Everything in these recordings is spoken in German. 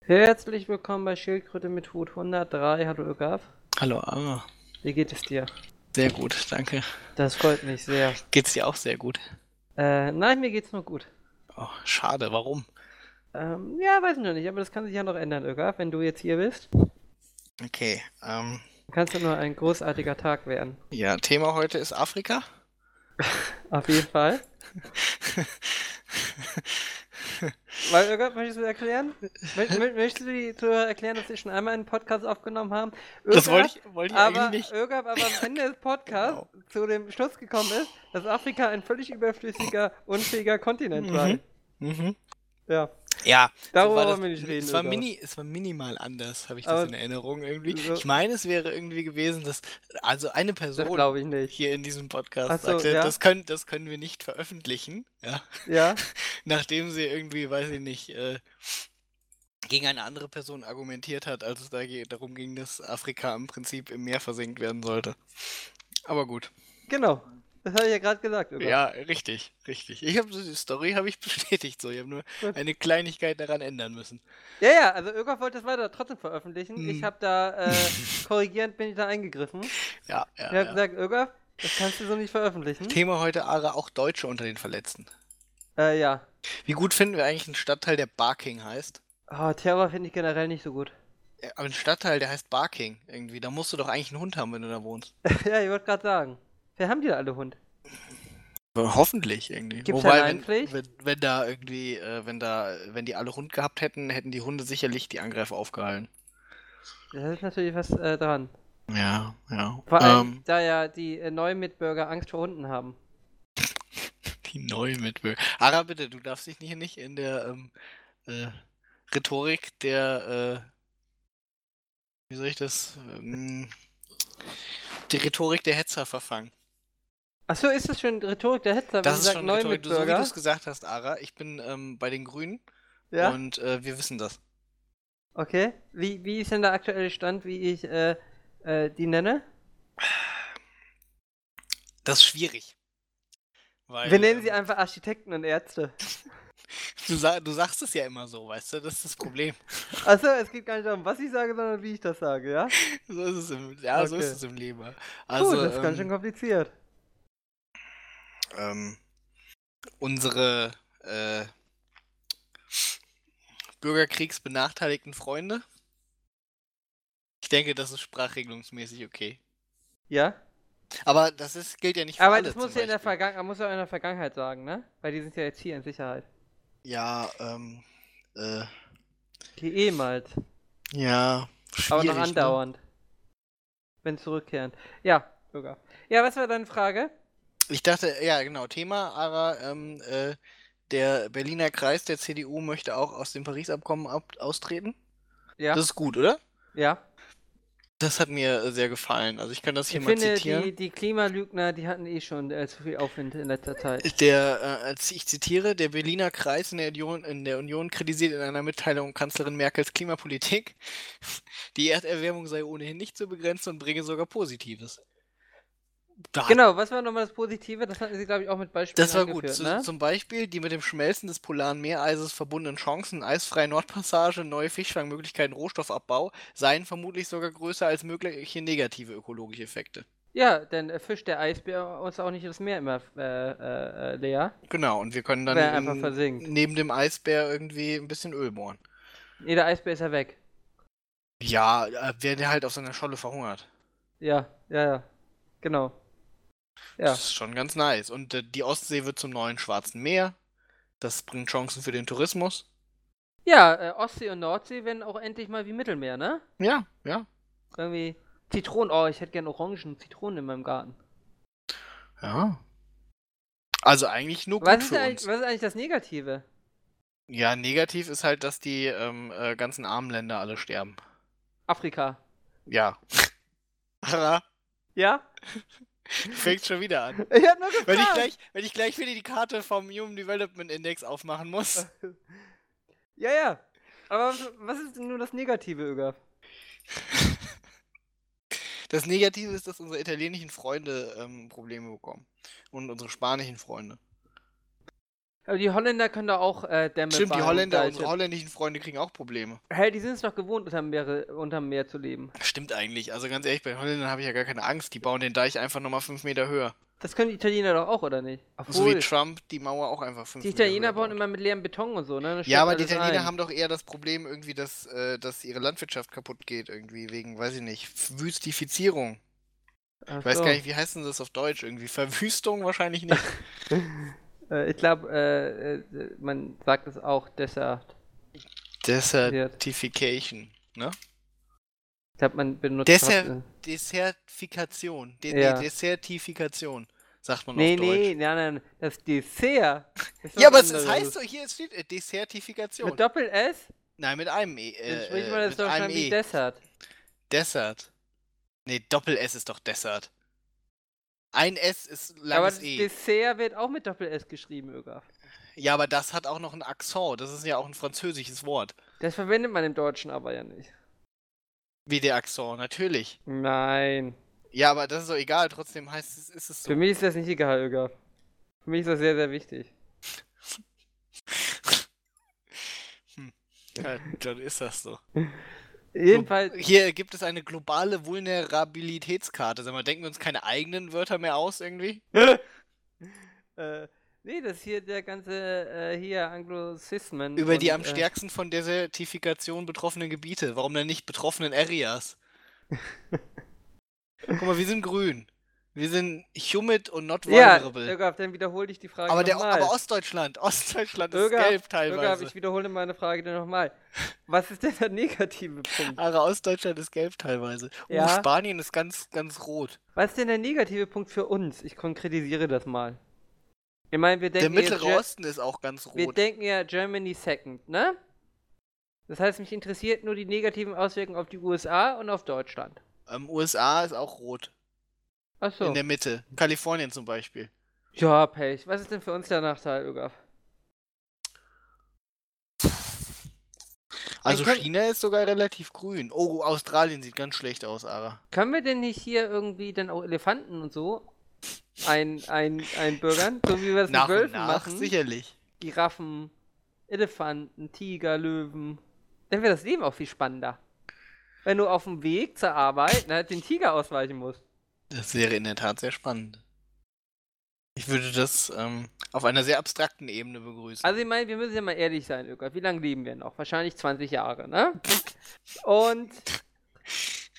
Herzlich willkommen bei Schildkröte mit Hut 103. Hallo Ögaf. Hallo Arma. Wie geht es dir? Sehr gut, danke. Das freut mich sehr. Geht's dir auch sehr gut? Äh, nein, mir geht's nur gut. Oh, schade, warum? Ähm, ja, weiß ich noch nicht, aber das kann sich ja noch ändern, Ögaf, wenn du jetzt hier bist. Okay, ähm, Kannst du nur ein großartiger Tag werden. ja, Thema heute ist Afrika. Auf jeden Fall. Weil, Ögaf, möchtest du erklären? Mö- mö- Möchtest du die Zuhörer erklären, dass wir schon einmal einen Podcast aufgenommen haben? Das Ögaf- wollte ich, wollte ich aber eigentlich nicht. Irgab aber am Ende des Podcasts zu dem Schluss gekommen ist, dass Afrika ein völlig überflüssiger, unfähiger Kontinent war. Mhm. Mhm. Ja, Ja, darüber war das- wollen wir nicht reden. es, war Irgab. mini, es war minimal anders, habe ich Aber- das in Erinnerung irgendwie. so- Ich meine, es wäre irgendwie gewesen, dass also eine das Person glaube ich nicht. hier in diesem Podcast Ach so, sagte, ja. das, können, das können wir nicht veröffentlichen. Ja. Ja, nachdem sie irgendwie, weiß ich nicht, äh, gegen eine andere Person argumentiert hat, als es da ge- darum ging, dass Afrika im Prinzip im Meer versenkt werden sollte. Aber gut. genau. Das habe ich ja gerade gesagt. Irgab. Ja, richtig, richtig. Ich habe die Story habe ich bestätigt, so ich habe nur Gut. eine Kleinigkeit daran ändern müssen. ja, ja, also Irgab wollte es weiter trotzdem veröffentlichen. Mhm. Ich habe da, äh, korrigierend bin ich da eingegriffen. Ja, Ich ja. habe ja. gesagt, Irgab, das kannst du so nicht veröffentlichen. Thema heute Ara auch Deutsche unter den Verletzten. Äh, ja. Wie gut finden wir eigentlich einen Stadtteil, der Barking heißt? Oh, Terror finde ich generell nicht so gut. Äh, Aber ein Stadtteil, der heißt Barking irgendwie. Da musst du doch eigentlich einen Hund haben, wenn du da wohnst. ja, ich wollte gerade sagen. Wer haben die da alle Hund? Aber Hoffentlich irgendwie. Gibt's Wobei, eine wenn, Leinpflicht? wenn, wenn da irgendwie, äh, wenn da, wenn die alle Hund gehabt hätten, hätten die Hunde sicherlich die Angreifer aufgehalten. Da ist natürlich was äh, dran. Ja, ja. Vor allem, Ähm, da ja die äh, neuen Mitbürger Angst vor Hunden haben. die neuen Mitbürger. Ara, bitte, du darfst dich hier nicht in der ähm, äh, Rhetorik der, äh, wie soll ich das, ähm, die Rhetorik der Hetzer verfangen. Achso, ist das schon Rhetorik der Hitler, wenn Das sie ist sagt schon neue Rhetorik, du, so wie du Mitbürger? es gesagt hast, Ara. Ich bin ähm, bei den Grünen Ja, und äh, wir wissen das. okay. Wie, wie ist denn der aktuelle Stand, wie ich äh, äh, die nenne? Das ist schwierig. Weil, Wir nennen ähm, sie einfach Architekten und Ärzte. Du, sa du sagst es ja immer so, weißt du? Das ist das Problem. Achso, es geht gar nicht darum, was ich sage, sondern wie ich das sage, ja? So ist es im, ja, so ist Okay. es im Leben. Also, Also, Gut, das ist ganz schön ähm, kompliziert. ähm, unsere äh, bürgerkriegsbenachteiligten Freunde. Ich denke, das ist sprachregelungsmäßig okay. Ja? Aber das ist, gilt ja nicht für Aber alle das zum muss ja in der Beispiel. Vergangenheit, muss ja auch in der Vergangenheit sagen, ne? Weil die sind ja jetzt hier in Sicherheit. Ja, ähm, äh, Die ehemals. ja, Aber schwierig. ne? noch andauernd. Wenn zurückkehrend. Ja, sogar. Ja, was war deine Frage? Ne? Ich dachte, ja, genau, Thema, Ara, ähm, äh, der Berliner Kreis der CDU möchte auch aus dem Paris-Abkommen ab austreten. Ja. Das ist gut, oder? ja. Das hat mir äh, sehr gefallen. Also ich kann das Ich hier mal finde, zitieren. die, die Klimalügner, die hatten eh schon äh, zu viel Aufwind in letzter Zeit. Der, äh, als ich zitiere, der Berliner Kreis in der, Union, in der Union kritisiert in einer Mitteilung Kanzlerin Merkels Klimapolitik. Die Erderwärmung sei ohnehin nicht zu begrenzen und bringe sogar Positives. Da, Genau, was war nochmal das Positive? Das hatten sie, glaube ich, auch mit Beispielen Das war gut. angeführt, Zu, Ne? Zum Beispiel die mit dem Schmelzen des polaren Meereises verbundenen Chancen, eisfreie Nordpassage, neue Fischfangmöglichkeiten, Rohstoffabbau seien vermutlich sogar größer als mögliche negative ökologische Effekte. Ja, denn äh, fischt der Eisbär uns auch nicht das Meer immer äh, äh, äh, leer. Genau, und wir können dann Weil er einfach in- versinkt. neben dem Eisbär irgendwie ein bisschen Öl bohren. Nee, der Eisbär ist ja weg. Ja, äh, wer der halt auf seiner Scholle verhungert. Ja, ja, ja. Genau. Ja. Das ist schon ganz nice. Und äh, die Ostsee wird zum neuen Schwarzen Meer. Das bringt Chancen für den Tourismus. Ja, äh, Ostsee und Nordsee werden auch endlich mal wie Mittelmeer, ne? Ja, ja. Irgendwie Zitronen. Oh, ich hätte gern Orangen, Zitronen in meinem Garten. Ja. Also eigentlich nur gut Was ist, für eigentlich, uns. was ist eigentlich das Negative? Ja, negativ ist halt, dass die ähm, äh, ganzen armen Länder alle sterben. Afrika. Ja. Ara, Ja? du fängst schon wieder an. Ich hab nur gefragt. Wenn ich gleich, wenn ich gleich wieder die Karte vom Human Development Index aufmachen muss. Ja, ja. Aber was- was ist denn nur das Negative, Öger? Das Negative ist, dass unsere italienischen Freunde ähm, Probleme bekommen. Und unsere spanischen Freunde. Aber die Holländer können da auch äh, Dämme Stimmt, die bauen, Holländer, da ist unsere ja- holländischen Freunde kriegen auch Probleme. Hä, die sind es doch gewohnt, unterm Meer, unterm Meer zu leben. Stimmt eigentlich. Also ganz ehrlich, bei den Holländern habe ich ja gar keine Angst. Die bauen den Deich einfach nochmal 5 Meter höher. Das können die Italiener doch auch, oder nicht? So wie Obwohl, Trump die Mauer auch einfach 5 die Meter Italiener höher bauen baut. immer mit leerem Beton und so, ne? Da Ja, stürzt aber die alles Italiener ein. haben doch eher das Problem irgendwie, dass, äh, dass ihre Landwirtschaft kaputt geht irgendwie wegen, weiß ich nicht, Wüstifizierung. Ach Ich weiß so. gar nicht, wie heißt denn das auf Deutsch irgendwie? Verwüstung wahrscheinlich nicht. Äh, ich glaube, äh, äh, man sagt es auch desert. Äh, Desertification, ne? Ich glaube, man benutzt Desert- trotzdem- Desertifikation. De Ja. nee, Desertifikation, sagt man Nee, auf Deutsch. nee, nein, nein. Das Dessert. ist was Ja, aber es anderes. es heißt doch, hier es steht äh, Desertification. Mit Doppel-S? Nein, mit einem E. Dann Äh, spricht äh, man das mit doch einem schon wie E. Desert. Dessert. Nee, Doppel-S ist doch Dessert. Ein S ist aber langes das E. Dessert wird auch mit Doppel-S geschrieben, Ögaf. Ja, aber das hat auch noch ein Akzent. Das ist ja auch ein französisches Wort. Das verwendet man im Deutschen aber ja nicht. Wie der Akzent, natürlich. Nein. Ja, aber das ist doch egal. Trotzdem heißt es, ist es Für so. mich ist das nicht egal, Ögaf. Für mich ist das sehr, sehr wichtig. Ja, dann ist das so. Jedenfalls, Hier gibt es eine globale Vulnerabilitätskarte. Sag mal, denken wir uns keine eigenen Wörter mehr aus irgendwie? äh, nee, das hier der ganze, äh, hier, Anglozismen. Über die und, äh, am stärksten von Desertifikation betroffenen Gebiete. Warum denn nicht betroffenen Areas? Guck mal, wir sind grün. Wir sind humid und not Äh, ja, vulnerable. Ögaf, dann wiederhole ich die Frage aber, der, nochmal. aber Ostdeutschland, Ostdeutschland ist Ögaf, gelb teilweise. ich wiederhole meine Frage dann nochmal. Was ist denn der negative Punkt? Aber Ostdeutschland ist gelb teilweise. Ja. Uh, Spanien ist ganz, ganz rot. Was ist denn der negative Punkt für uns? Ich konkretisiere das mal. Ich meine, wir Der denken jetzt Mittlere Ge- Osten ist auch ganz Wir rot. denken ja Germany second, ne? Das heißt, mich interessiert nur die negativen Auswirkungen auf die USA und auf Deutschland. Ähm, USA ist auch rot. Achso. In der Mitte. Kalifornien zum Beispiel. Ja, Pech. Was ist denn für uns der Nachteil, Ögaf? Also können- China ist sogar relativ grün. Oh, Australien sieht ganz schlecht aus, Ara. Können wir denn nicht hier irgendwie dann auch Elefanten und so ein, ein, einbürgern? So wie wir es mit Nach und Wölfen nach machen? sicherlich. Giraffen, Elefanten, Tiger, Löwen. Dann wäre das Leben auch viel spannender. Wenn du auf dem Weg zur Arbeit ne, den Tiger ausweichen musst. Das wäre in der Tat sehr spannend. Ich würde das ähm, auf einer sehr abstrakten Ebene begrüßen. Also ich meine, wir müssen ja mal ehrlich sein, Ökert. Wie lange leben wir noch? Wahrscheinlich 20 Jahre, ne? Und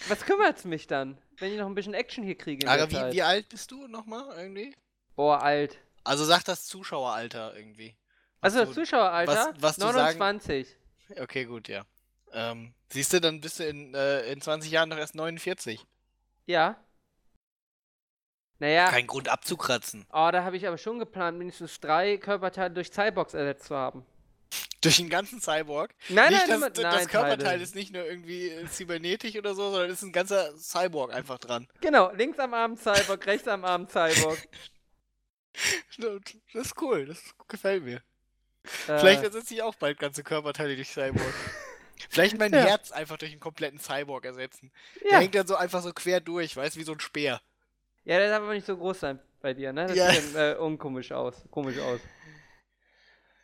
was kümmert's mich dann, wenn ich noch ein bisschen Action hier kriege? in der Ara, Zeit? wie, wie alt bist du nochmal irgendwie? Boah, alt. Also sag das Zuschaueralter irgendwie. Was Also du- Zuschaueralter, was- was du sagen- 29. Okay, gut, ja. Ähm, siehst du, dann bist du in, äh, in 20 Jahren doch erst 49. Ja. Naja, Kein Grund abzukratzen. oh, da habe ich aber schon geplant, mindestens drei Körperteile durch Cyborgs ersetzt zu haben. Durch den ganzen Cyborg. Nein, nicht, nein, das, nein, das nein. Körperteil Teile. ist nicht nur irgendwie äh, Cybernetik oder so, sondern ist ein ganzer Cyborg einfach dran. Genau, links am Arm Cyborg, rechts am Arm Cyborg. Stimmt. Das ist cool, das gefällt mir. Äh, Vielleicht ersetze ich auch bald ganze Körperteile durch Cyborg. Vielleicht mein Ja. Herz einfach durch einen kompletten Cyborg ersetzen. Der ja. hängt dann so einfach so quer durch, weißt wie so ein Speer. ja, der darf aber nicht so groß sein bei dir, ne? Das Ja. sieht dann äh, unkomisch aus. Komisch aus.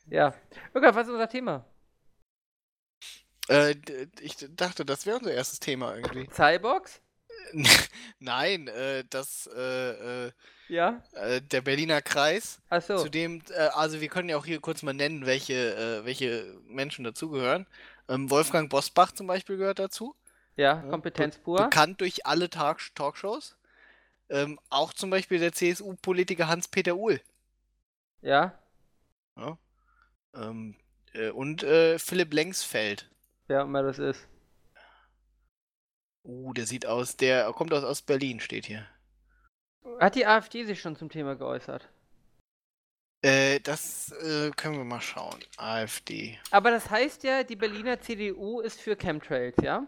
Ja. Okay, was ist unser Thema? Äh, d- ich dachte, das wäre unser erstes Thema irgendwie. Cyborgs? Nein, äh, das, äh, äh, Ja. äh, der Berliner Kreis, Achso. Zudem, äh, also wir können ja auch hier kurz mal nennen, welche, äh, welche Menschen dazugehören. Ähm, Wolfgang Bosbach zum Beispiel gehört dazu. Ja, Ja, Kompetenz pur. Bekannt durch alle Tag Talkshows. Ähm, auch zum Beispiel der CSU-Politiker Hans-Peter Uhl. ja. Ja. Ähm, äh, und äh, Philipp Lengsfeld. Wer auch immer das ist. Uh, der sieht aus, der kommt aus Ostberlin, steht hier. Hat die AfD sich schon zum Thema geäußert? Äh, das äh, können wir mal schauen. AfD. Aber das heißt ja, die Berliner CDU ist für Chemtrails, ja?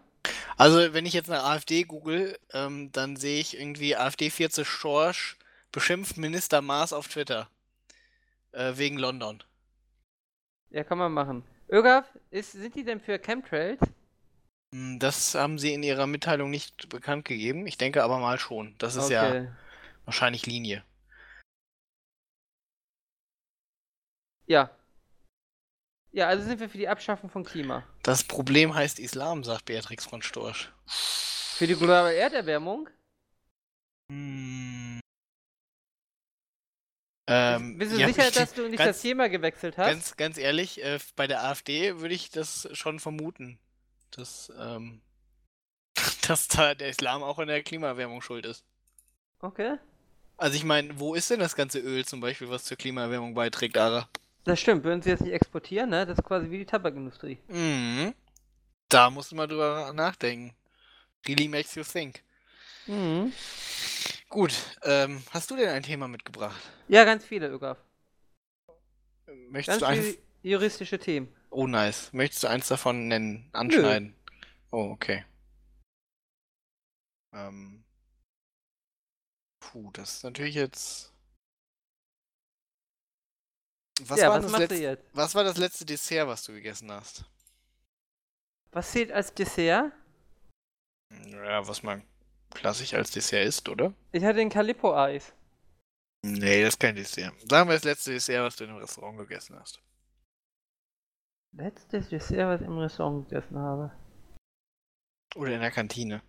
Also, wenn ich jetzt nach AfD google, ähm, dann sehe ich irgendwie AfD-Vize Schorsch beschimpft Minister Maas auf Twitter. Äh, wegen London. Ja, kann man machen. ÖGAF, ist, sind die denn für Chemtrails? Hm, Das haben sie in ihrer Mitteilung nicht bekannt gegeben. Ich denke aber mal schon. Das ist ja wahrscheinlich Linie. Ja. Ja, also sind wir für die Abschaffung von Klima. Das Problem heißt Islam, sagt Beatrix von Storch. Für die globale Erderwärmung? Hm. Ähm, Ähm, Bist du ja, sicher, ich- dass du nicht ganz- das Thema gewechselt hast? Ganz, ganz ehrlich, äh, bei der AfD würde ich das schon vermuten, dass, ähm, dass da der Islam auch an der Klimaerwärmung schuld ist. Okay. Also ich meine, wo ist denn das ganze Öl zum Beispiel, was zur Klimaerwärmung beiträgt, Ara? Das stimmt, würden sie jetzt nicht exportieren, ne? Das ist quasi wie die Tabakindustrie. Mhm. Da musst du mal drüber nachdenken. Really makes you think. Mhm. Gut, ähm, hast du denn ein Thema mitgebracht? Ja, ganz viele, Ögaf. Möchtest Ganz du eins? viele juristische Themen. Oh, nice. Möchtest du eins davon nennen, anschneiden? Oh, okay. Ähm. Puh, das ist natürlich jetzt. Was, ja, war was das machst du letzte- jetzt? was war das letzte Dessert, was du gegessen hast? Was zählt als Dessert? Ja, was man klassisch als Dessert isst, oder? Ich hatte ein Calippo-Eis. Nee, das ist kein Dessert. Sagen wir das letzte Dessert, was du in einem Restaurant gegessen hast. Letztes Dessert, was ich im Restaurant gegessen habe. Oder in der Kantine.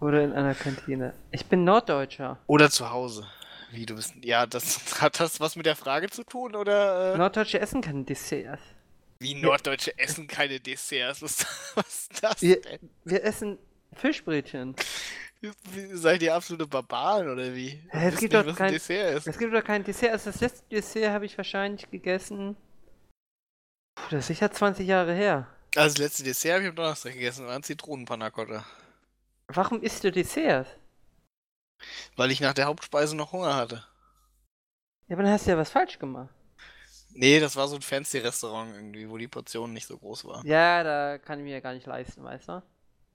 Oder in einer Kantine. Ich bin Norddeutscher. Oder zu Hause. Wie du bist. Ja, das hat das was mit der Frage zu tun, oder? Äh? Norddeutsche essen keine Desserts. Wie Norddeutsche essen keine Desserts. Was, was ist das Ja. denn? Wir essen Fischbrötchen. Wie- Seid ihr absolute Barbaren oder wie? Hä, Ihr es wisst gibt nicht, doch was kein- ein Dessert ist. Es gibt doch kein Dessert. Also das letzte Dessert habe ich wahrscheinlich gegessen. Puh, das ist sicher 20 Jahre her. Also das letzte Dessert habe ich am Donnerstag gegessen, war ein Zitronenpanacotta. Warum isst du Desserts? Weil ich nach der Hauptspeise noch Hunger hatte. Ja, aber dann hast du ja was falsch gemacht. Nee, das war so ein fancy Restaurant irgendwie, wo die Portionen nicht so groß waren. Ja, da kann ich mir ja gar nicht leisten, weißt du?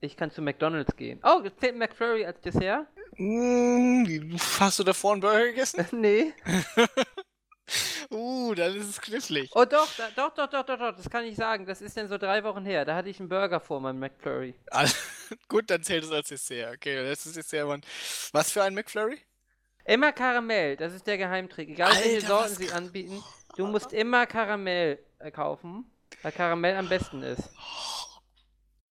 Ich kann zu McDonalds gehen. Oh, zählt McFlurry als Dessert? Mm, wie- hast du davor einen Burger gegessen? nee. Uh, dann ist es knifflig. Oh doch, da, doch, doch, doch, doch, doch, das kann ich sagen. Das ist denn so drei Wochen her. Da hatte ich einen Burger vor meinem McFlurry. Also, gut, dann zählt es als Dessert. Okay, letztes Dessert waren. Was für ein McFlurry? Immer Karamell, das ist der Geheimtrick. Egal welche Alter, Sorten was sie kr- anbieten, du musst immer Karamell äh, kaufen, weil Karamell am besten ist.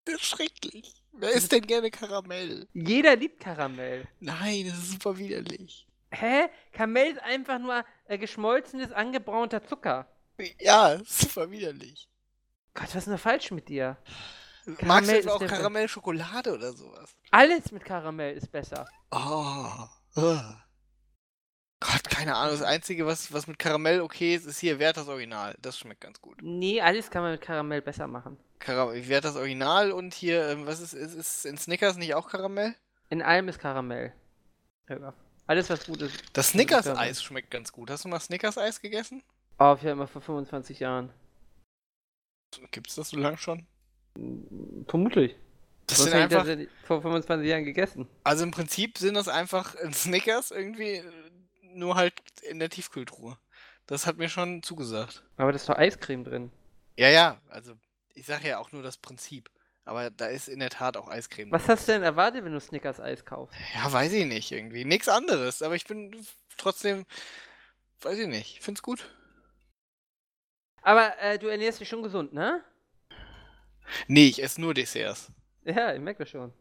Das ist schrecklich. Wer isst denn gerne Karamell? Jeder liebt Karamell. Nein, das ist super widerlich. Hä? Karamell ist einfach nur äh, geschmolzenes, angebraunter Zucker. Ja, das ist super widerlich. Gott, was ist denn da falsch mit dir? Magst Karamell du ist jetzt auch der- Karamellschokolade oder sowas? Alles mit Karamell ist besser. Oh. ah. Gott, keine Ahnung. Das Einzige, was, was mit Karamell okay ist, ist hier Werthers Original. Das schmeckt ganz gut. Nee, alles kann man mit Karamell besser machen. Karam Werthers Original und hier, ähm, was ist, ist, ist in Snickers nicht auch Karamell? In allem ist Karamell. Ja. Alles, was gut ist. Das Snickers-Eis schmeckt ganz gut. Hast du mal Snickers-Eis gegessen? Oh, ich immer vor 25 Jahren. Gibt's das so lange schon? Vermutlich. Das Was sind hab ich einfach, das halt denn vor 25 Jahren gegessen? also im Prinzip sind das einfach Snickers irgendwie äh, nur halt in der Tiefkühltruhe. Das hat mir schon zugesagt. Aber da ist doch Eiscreme drin. Ja, ja, also ich sage ja auch nur das Prinzip. Aber da ist in der Tat auch Eiscreme. Was hast du denn erwartet, wenn du Snickers Eis kaufst? drin. Ja, weiß ich nicht irgendwie. Nichts anderes. Aber ich bin trotzdem, weiß ich nicht. Find's gut. Aber äh, du ernährst dich schon gesund, ne? Nee, ich esse nur Desserts. Ja, ich merke das schon.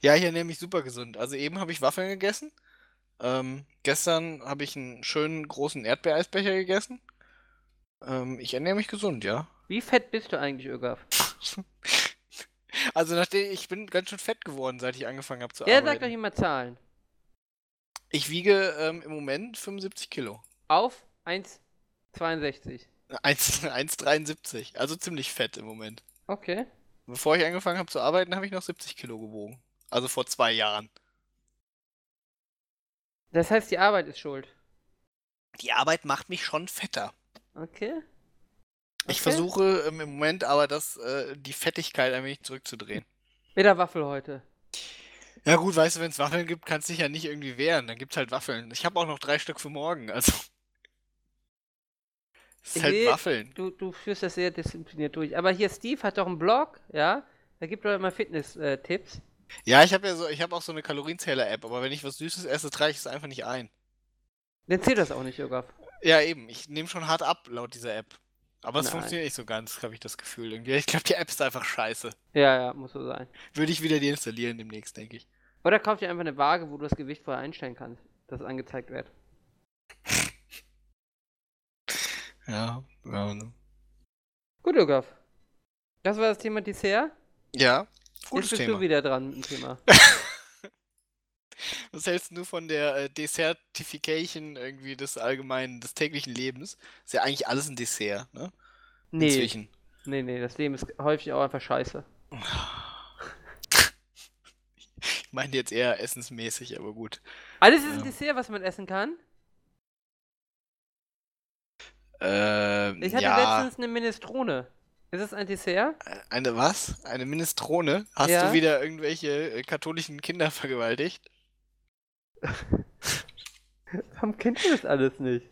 Ja, hier nehme ich super gesund. Also eben habe ich Waffeln gegessen. Ähm, gestern habe ich einen schönen großen Erdbeereisbecher gegessen. Ähm, ich ernähre mich gesund, ja. Wie fett bist du eigentlich, Ögaf? Also nachdem ich bin ganz schön fett geworden, seit ich angefangen habe zu Er sagt doch arbeiten. immer Zahlen. Ich wiege ähm, im Moment 75 Kilo. Auf 1,62. 1 1,73. Also ziemlich fett im Moment. Okay. Bevor ich angefangen habe zu arbeiten, habe ich noch 70 Kilo gewogen. Also vor zwei Jahren. Das heißt, die Arbeit ist schuld. Die Arbeit macht mich schon fetter. Okay. Ich Okay. versuche ähm, im Moment aber das, äh, die Fettigkeit ein wenig zurückzudrehen. Wieder Waffel heute. Ja gut, weißt du, wenn es Waffeln gibt, kannst du dich ja nicht irgendwie wehren. Dann gibt's halt Waffeln. Ich habe auch noch drei Stück für morgen, also. Es ist halt Nee. Waffeln. Du, du führst das sehr diszipliniert durch. Aber hier Steve hat doch einen Blog, ja? Da gibt doch immer Fitness-Tipps. Ja, ich habe ja so, ich habe auch so eine Kalorienzähler-App, aber wenn ich was Süßes esse, trage ich es einfach nicht ein. Dann zählt das auch nicht, Ögaf. Ja, eben. Ich nehme schon hart ab laut dieser App. Aber es Nein. funktioniert nicht so ganz, habe ich das Gefühl irgendwie. Ich glaube, die App ist einfach scheiße. Ja, ja, muss so sein. Würde ich wieder deinstallieren demnächst, denke ich. Oder kauf dir einfach eine Waage, wo du das Gewicht vorher einstellen kannst, das angezeigt wird. Ja, ja. ne? Gut, Lukas. Das war das Thema Dessert. Ja, Jetzt gutes bist Thema. du wieder dran mit dem Thema. Was hältst du von der äh, Desertification irgendwie des allgemeinen, des täglichen Lebens? Ist ja eigentlich alles ein Dessert, ne? Nee, Inzwischen. nee, nee, das Leben ist häufig auch einfach scheiße. Ich meine jetzt eher essensmäßig, aber gut. Alles Ah, ist Ja. ein Dessert, was man essen kann. Ähm, Ich hatte ja, letztens eine Minestrone. Ist es ein Dessert? eine was? Eine Minestrone? Hast Ja. du wieder irgendwelche äh, katholischen Kinder vergewaltigt? Warum kennt ihr das alles nicht?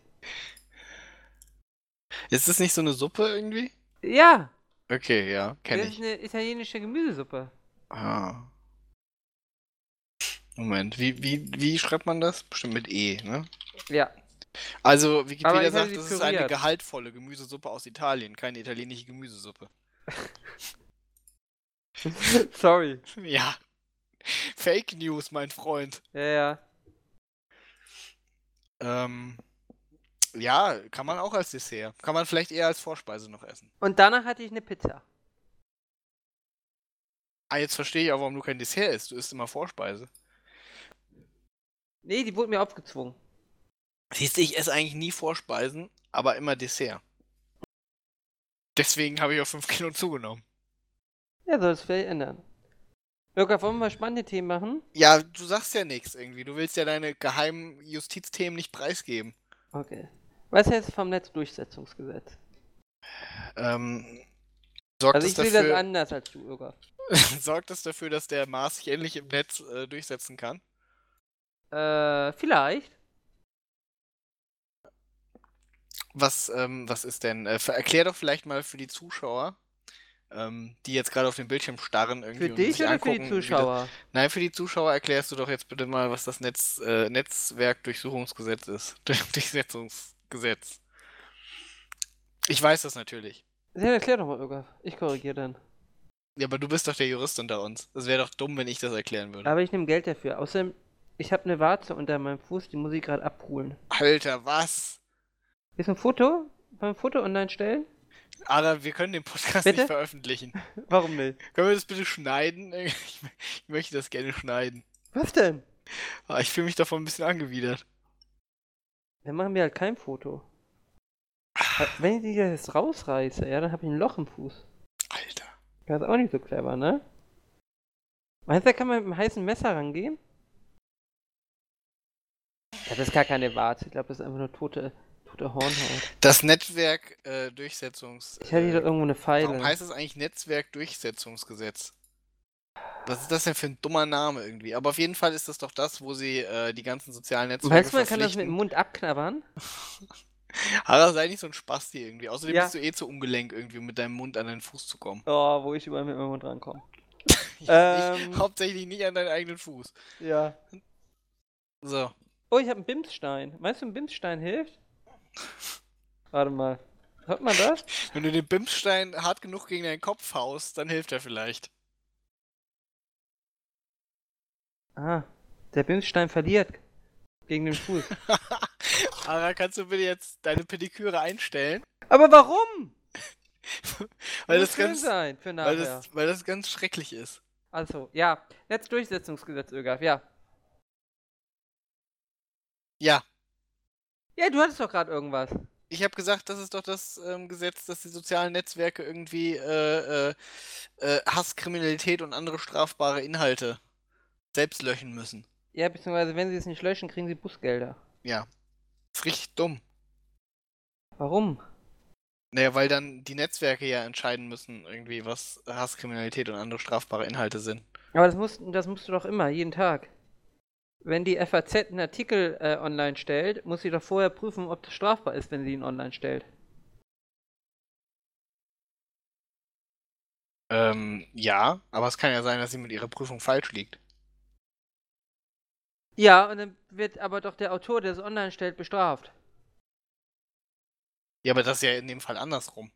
Ist das nicht so eine Suppe irgendwie? Ja, Okay, ja, kenne das ich. ist eine italienische Gemüsesuppe. Ah. Moment, wie, wie, wie schreibt man das? Bestimmt mit E, ne? Ja, Also, Aber halt ich Wikipedia hatte sagt, sie das ist eine püriert. gehaltvolle Gemüsesuppe aus Italien, keine italienische Gemüsesuppe. sorry. Ja. Fake News, mein Freund. Ja, ja. Ähm, ja, kann man auch als Dessert. Kann man vielleicht eher als Vorspeise noch essen. Und danach hatte ich eine Pizza. Ah, jetzt verstehe ich auch, warum du kein Dessert isst. Du isst immer Vorspeise. Nee, die wurde mir aufgezwungen. Siehst du, ich esse eigentlich nie Vorspeisen, aber immer Dessert. Deswegen habe ich auch 5 Kilo zugenommen. Ja, soll es vielleicht ändern. Lukas, wollen wir mal spannende Themen machen? Ja, du sagst ja nichts irgendwie. Du willst ja deine geheimen Justizthemen nicht preisgeben. Okay. Was hältst du vom Netzdurchsetzungsgesetz? Ähm, sorgt Also es ich sehe das dafür... anders als du, Lukas. Sorgt das dafür, dass der Mars sich endlich im Netz äh, durchsetzen kann? Äh, vielleicht. Was, ähm, was ist denn? Äh, ver- erklär doch vielleicht mal für die Zuschauer, ähm, die jetzt gerade auf den Bildschirm starren irgendwie Für und dich sich oder für angucken, die wie das- Zuschauer? Nein, für die Zuschauer erklärst du doch jetzt bitte mal, was das Netz, äh, Netzwerkdurchsuchungsgesetz ist. Durchsetzungsgesetz. Ich weiß das natürlich. Ja, erklär doch mal, Lukas. Ich korrigiere dann. Ja, aber du bist doch der Jurist unter uns. Es wäre doch dumm, wenn ich das erklären würde. Aber ich nehme Geld dafür. Außerdem, ich habe eine Warze unter meinem Fuß, die muss ich gerade abholen. Alter, was? Willst du ein Foto? Wollen wir ein Foto online stellen? Ada, wir können den Podcast Bitte? nicht veröffentlichen. Warum nicht? Können wir das bitte schneiden? Ich, mö- ich möchte das gerne schneiden. Was denn? Ah, ich fühle mich davon ein bisschen angewidert. Dann machen wir halt kein Foto. Aber Wenn ich die jetzt rausreiße, ja, dann habe ich ein Loch im Fuß. Alter. Das ist auch nicht so clever, ne? Meinst du, da kann man mit einem heißen Messer rangehen? Ja, das ist gar keine Warze. Ich glaube, das ist einfach nur tote, tote Hornhaut. Das Netzwerk äh, Durchsetzungs. äh, Ich hatte hier doch irgendwo eine Pfeile. warum heißt es eigentlich Netzwerkdurchsetzungsgesetz? Was ist das denn für ein dummer Name irgendwie? Aber auf jeden Fall ist das doch das, wo sie äh, die ganzen sozialen Netzwerke Meinst du, man kann das mit dem verpflichten. Mund abknabbern? Aber sei nicht so ein Spasti irgendwie. Außerdem Ja. bist du eh zu ungelenk irgendwie, um mit deinem Mund an deinen Fuß zu kommen. Oh, wo ich überall mit meinem Mund rankomme. Ich, Ähm. hauptsächlich nicht an deinen eigenen Fuß. Ja. So. Oh, ich habe einen Bimsstein. Meinst du, ein Bimsstein hilft? Warte mal. Hört man das? Wenn du den Bimsstein hart genug gegen deinen Kopf haust, dann hilft er vielleicht. Ah, der Bimsstein verliert gegen den Fuß. Ara, kannst du bitte jetzt deine Pediküre einstellen? Aber warum? Weil Muss das schön ganz, sein für nachher. weil das, weil das ganz schrecklich ist. Also, ja. Netzdurchsetzungsgesetz, Ögaf, ja. Ja, Ja, du hattest doch gerade irgendwas. ich habe gesagt, das ist doch das ähm, Gesetz, dass die sozialen Netzwerke irgendwie äh, äh, äh, Hasskriminalität und andere strafbare Inhalte selbst löschen müssen. Ja, beziehungsweise, wenn sie es nicht löschen, kriegen sie Bußgelder. Ja, ist richtig dumm. Warum? Naja, weil dann die Netzwerke ja entscheiden müssen, irgendwie, was Hasskriminalität und andere strafbare Inhalte sind. Aber das musst, das musst du doch immer, jeden Tag. Wenn die FAZ einen Artikel äh, online stellt, muss sie doch vorher prüfen, ob das strafbar ist, wenn sie ihn online stellt. Ähm, ja, aber es kann ja sein, dass sie mit ihrer Prüfung falsch liegt. Ja, und dann wird aber doch der Autor, der es online stellt, bestraft. Ja, aber das ist ja in dem Fall andersrum.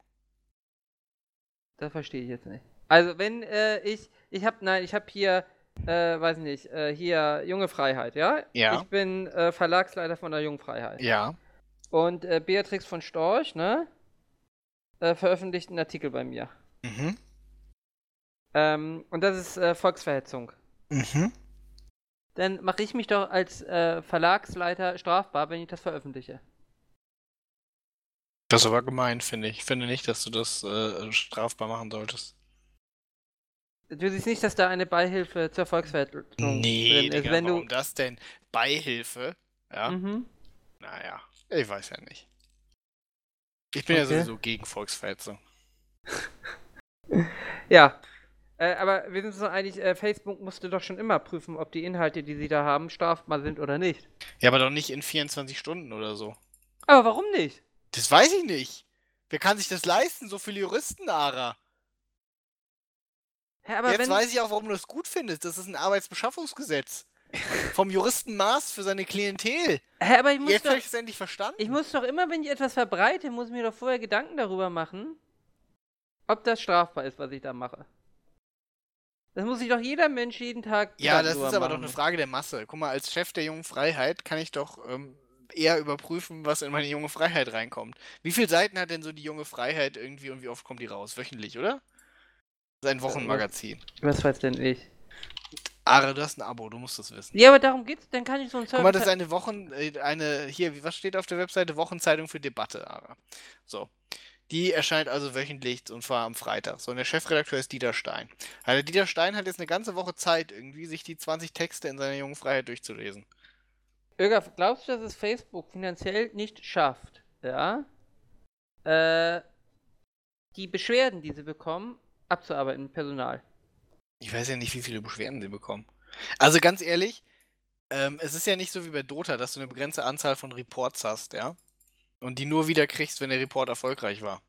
Das verstehe ich jetzt nicht. Also, wenn äh, ich, ich habe, nein, ich habe hier, äh, weiß nicht, äh, hier Junge Freiheit, ja? Ja. Ich bin äh, Verlagsleiter von der Jungen Freiheit. Ja. Und äh, Beatrix von Storch, ne? Äh, veröffentlicht einen Artikel bei mir. Mhm. Ähm, und das ist äh, Volksverhetzung. Mhm. Dann mache ich mich doch als äh, Verlagsleiter strafbar, wenn ich das veröffentliche. Das ist aber gemein, finde ich. Ich finde nicht, dass du das äh, strafbar machen solltest. Du siehst nicht, dass da eine Beihilfe zur Volksverhetzung Nee, drin ist. Digga, wenn warum du, das denn? Beihilfe? Ja, mhm. naja, ich weiß ja nicht. Ich bin ja Okay. sowieso gegen Volksverhetzung. Ja. Äh, aber wir sind uns doch einig, äh, Facebook musste doch schon immer prüfen, ob die Inhalte, die sie da haben, strafbar sind oder nicht. Ja, aber doch nicht in 24 Stunden oder so. Aber warum nicht? Das weiß ich nicht. Wer kann sich das leisten? So viele Juristen, Ara. Hä, aber Jetzt wenn, weiß ich auch, warum du das gut findest. Das ist ein Arbeitsbeschaffungsgesetz. Vom Juristen Maß für seine Klientel. hä, aber ich muss, Jetzt habe doch, ich es endlich verstanden. ich muss doch immer, wenn ich etwas verbreite, muss ich mir doch vorher Gedanken darüber machen, ob das strafbar ist, was ich da mache. Das muss sich doch jeder Mensch jeden Tag. Ja, Gedanken das drüber ist aber doch machen. eine Frage der Masse. Guck mal, als Chef der Jungen Freiheit kann ich doch ähm, eher überprüfen, was in meine Junge Freiheit reinkommt. Wie viele Seiten hat denn so die Junge Freiheit irgendwie und wie oft kommt die raus? Wöchentlich, oder? Das ist ein Wochenmagazin. Was weiß denn ich? Ara, du hast ein Abo, du musst das wissen. Ja, aber darum geht's, dann kann ich so einen Guck Service. mal, das ist eine Wochen, äh, eine, hier, wie- was steht auf der Webseite? Wochenzeitung für Debatte, Ara. So. Die erscheint also wöchentlich und zwar am Freitag. So, und der Chefredakteur ist Dieter Stein. Also Dieter Stein hat jetzt eine ganze Woche Zeit, irgendwie sich die 20 Texte in seiner jungen Freiheit durchzulesen. Irga, glaubst du, dass es Facebook finanziell nicht schafft, ja, äh, die Beschwerden, die sie bekommen, abzuarbeiten mit Personal? Ich weiß ja nicht, wie viele Beschwerden sie bekommen. Also ganz ehrlich, ähm, es ist ja nicht so wie bei Dota, dass du eine begrenzte Anzahl von Reports hast, ja? Und die nur wieder kriegst, wenn der Report erfolgreich war.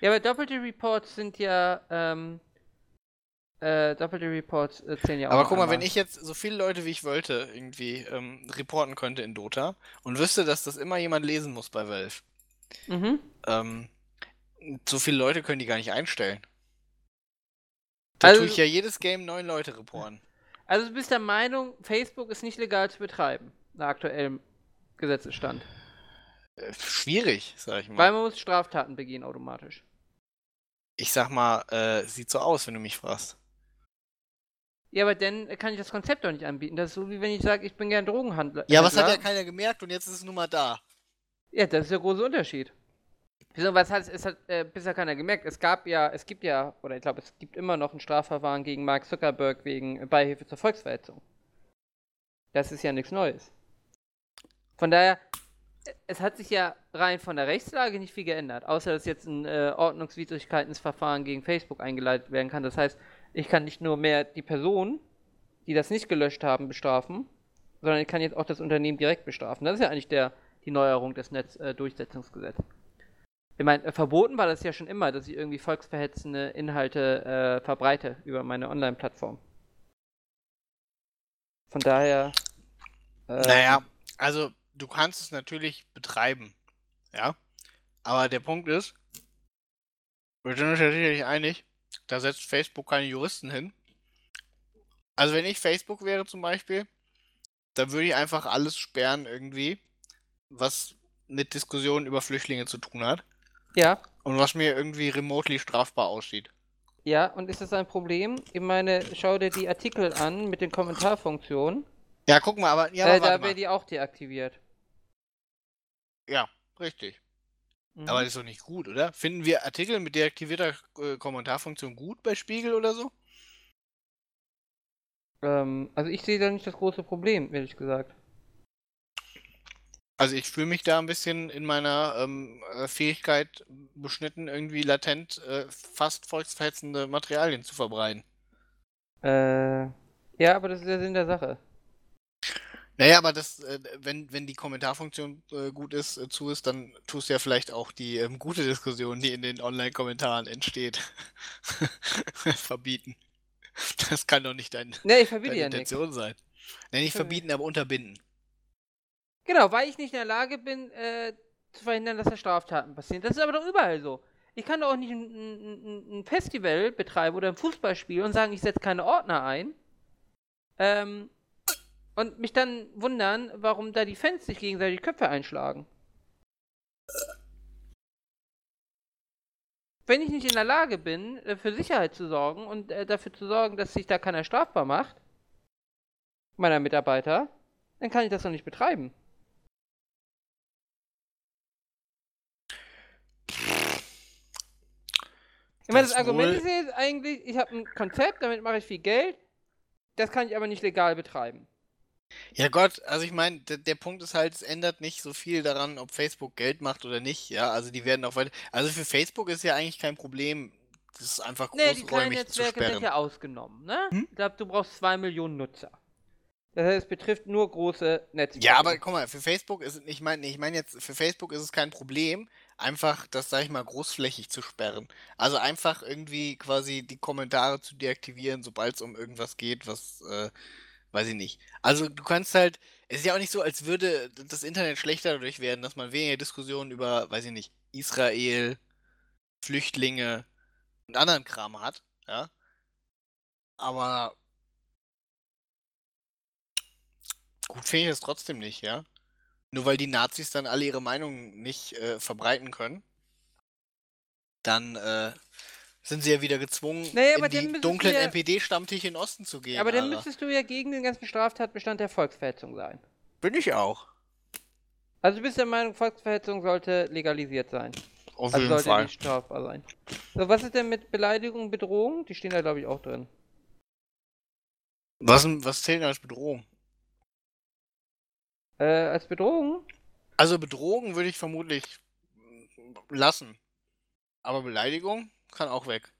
Ja, aber doppelte Reports sind ja, ähm, äh, doppelte Reports äh, zählen ja auch. Aber noch guck mal, einmal. wenn ich jetzt so viele Leute, wie ich wollte, irgendwie ähm, reporten könnte in Dota und wüsste, dass das immer jemand lesen muss bei Valve, Mhm. ähm, so viele Leute können die gar nicht einstellen. Da Also- tue ich ja jedes Game neun Leute reporten. Also du bist der Meinung, Facebook ist nicht legal zu betreiben, nach aktuellem Gesetzesstand. Äh, schwierig, sag ich mal. Weil man muss Straftaten begehen automatisch. ich sag mal, äh, sieht so aus, wenn du mich fragst. Ja, aber dann kann ich das Konzept doch nicht anbieten. Das ist so wie wenn ich sage, ich bin gern Drogenhandler. Ja, was Also hat Händler. ja keiner gemerkt und jetzt ist es nun mal da. Ja, das ist der große Unterschied. Wieso, was hat, es hat äh, bisher keiner gemerkt? Es gab ja, es gibt ja, oder ich glaube, es gibt immer noch ein Strafverfahren gegen Mark Zuckerberg wegen Beihilfe zur Volksverhetzung. Das ist ja nichts Neues. Von daher, äh, es hat sich ja rein von der Rechtslage nicht viel geändert, außer dass jetzt ein äh, Ordnungswidrigkeitsverfahren gegen Facebook eingeleitet werden kann. Das heißt, ich kann nicht nur mehr die Personen, die das nicht gelöscht haben, bestrafen, sondern ich kann jetzt auch das Unternehmen direkt bestrafen. Das ist ja eigentlich der, die Neuerung des Netzdurchsetzungsgesetzes. Ich meine, äh, verboten war das ja schon immer, dass ich irgendwie volksverhetzende Inhalte äh, verbreite über meine Online-Plattform. Von daher. äh, Naja, also du kannst es natürlich betreiben. Ja. Aber der Punkt ist, wir sind uns ja sicherlich einig, da setzt Facebook keine Juristen hin. Also wenn ich Facebook wäre zum Beispiel, dann würde ich einfach alles sperren irgendwie, was mit Diskussionen über Flüchtlinge zu tun hat Ja, und was mir irgendwie remotely strafbar aussieht. ja, und ist das ein Problem? Ich meine, schau dir die Artikel an mit den Kommentarfunktionen. Ja, guck mal, aber ja, äh, aber da warte wird mal. die auch deaktiviert. ja, richtig. Mhm. Aber das ist doch nicht gut, oder? Finden wir Artikel mit deaktivierter äh, Kommentarfunktion gut bei Spiegel oder so? ähm, also ich sehe da nicht das große Problem, ehrlich gesagt. Also ich fühle mich da ein bisschen in meiner ähm, äh, Fähigkeit beschnitten, irgendwie latent äh, fast volksverhetzende Materialien zu verbreiten. Äh, ja, aber das ist der Sinn der Sache. Naja, aber das, äh, wenn, wenn die Kommentarfunktion äh, gut ist, äh, zu ist, dann tust du ja vielleicht auch die ähm, gute Diskussion, die in den Online-Kommentaren entsteht, verbieten. Das kann doch nicht dein, Ne, ich verbiete deine ja nichts. Intention sein. Nee, nicht Verbi- verbieten, aber unterbinden. Genau, weil ich nicht in der Lage bin, äh, zu verhindern, dass da Straftaten passieren. Das ist aber doch überall so. Ich kann doch auch nicht ein, ein, ein Festival betreiben oder ein Fußballspiel und sagen, ich setze keine Ordner ein. Ähm, und mich dann wundern, warum da die Fans sich gegenseitig die Köpfe einschlagen. Wenn ich nicht in der Lage bin, äh, für Sicherheit zu sorgen und äh, dafür zu sorgen, dass sich da keiner strafbar macht, meiner Mitarbeiter, dann kann ich das doch nicht betreiben. Ich meine, das, Das Argument wohl- ist jetzt eigentlich, ich habe ein Konzept, damit mache ich viel Geld, das kann ich aber nicht legal betreiben. Ja Gott, also ich meine, der, der Punkt ist halt, es ändert nicht so viel daran, ob Facebook Geld macht oder nicht. Ja, also die werden auch weiter. Also für Facebook ist ja eigentlich kein Problem, das ist einfach Ne, die kleinen großräumig zu Netzwerke sind sperren. ja ausgenommen, ne? Hm? Ich glaube, du brauchst zwei Millionen Nutzer. Das heißt, es betrifft nur große Netzwerke. Ja, aber guck mal, für Facebook ist, ich meine, ich meine jetzt, für Facebook ist es kein Problem, einfach das, sag ich mal, großflächig zu sperren. Also einfach irgendwie quasi die Kommentare zu deaktivieren, sobald es um irgendwas geht, was, äh, weiß ich nicht. Also du kannst halt, es ist ja auch nicht so, als würde das Internet schlechter dadurch werden, dass man weniger Diskussionen über, weiß ich nicht, Israel, Flüchtlinge und anderen Kram hat, ja. Aber gut finde ich das trotzdem nicht, ja. Nur weil die Nazis dann alle ihre Meinung nicht äh, verbreiten können, dann äh, sind sie ja wieder gezwungen, Naja, aber dann in die müsstest du dunklen ja- NPD-Stammtische in den Osten zu gehen. Aber dann Alter. müsstest du ja gegen den ganzen Straftatbestand der Volksverhetzung sein. Bin ich auch. Also du bist der Meinung, Volksverhetzung sollte legalisiert sein. Auf Also jeden sollte Fall. nicht strafbar sein. So, was ist denn mit Beleidigung, Bedrohung? Die stehen da, glaube ich, auch drin. Was, was zählt denn als Bedrohung? Äh, als Bedrohung? Also Bedrohung würde ich vermutlich lassen. Aber Beleidigung kann auch weg.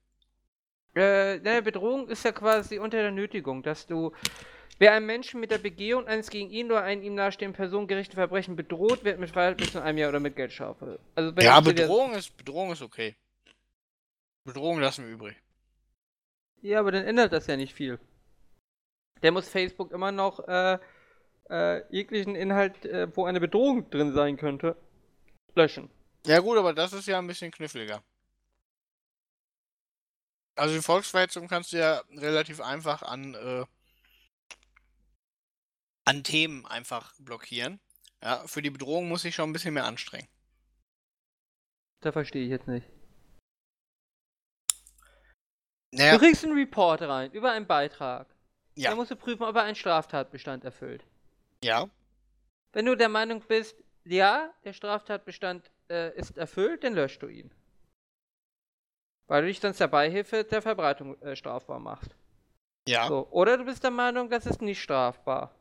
Äh, naja, Bedrohung ist ja quasi unter der Nötigung, dass du, wer einen Menschen mit der Begehung eines gegen ihn oder einen ihm nahestehenden Personen gerichteten Verbrechen bedroht, wird mit Freiheit bis zu einem Jahr oder mit Geldstrafe. Also wenn Ja, ich dir das- Bedrohung ist, Bedrohung ist okay. Bedrohung lassen wir übrig. Ja, aber dann ändert das ja nicht viel. Der muss Facebook immer noch äh, äh, jeglichen Inhalt, äh, wo eine Bedrohung drin sein könnte, löschen. Ja gut, aber das ist ja ein bisschen kniffliger. Also die Volksverhetzung kannst du ja relativ einfach an, äh, an Themen einfach blockieren. Ja, für die Bedrohung muss ich schon ein bisschen mehr anstrengen. Da verstehe ich jetzt nicht. Naja, Du kriegst einen Report rein über einen Beitrag. Ja. Da musst du prüfen, ob er einen Straftatbestand erfüllt. ja. Wenn du der Meinung bist, ja, der Straftatbestand äh, ist erfüllt, dann löschst du ihn. Weil du dich sonst der Beihilfe der Verbreitung äh, strafbar machst. Ja. So. Oder du bist der Meinung, das ist nicht strafbar.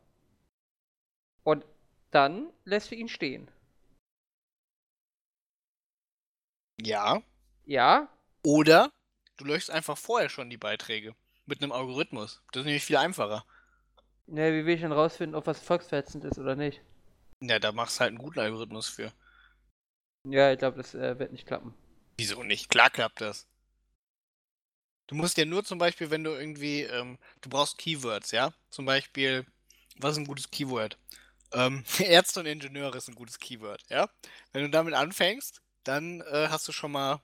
Und dann lässt du ihn stehen. Ja. Ja, Oder du löschst einfach vorher schon die Beiträge mit einem Algorithmus. Das ist nämlich viel einfacher. ne, wie will ich denn rausfinden, ob was volksverhetzend ist oder nicht? Ja, da machst halt einen guten Algorithmus für. Ja, ich glaube, das äh, wird nicht klappen. Wieso nicht? Klar klappt das. Du musst ja nur zum Beispiel, wenn du irgendwie, ähm, du brauchst Keywords, ja? Zum Beispiel, was ist ein gutes Keyword? Ähm, Ärzte und Ingenieure ist ein gutes Keyword, ja? Wenn du damit anfängst, dann äh, hast du schon mal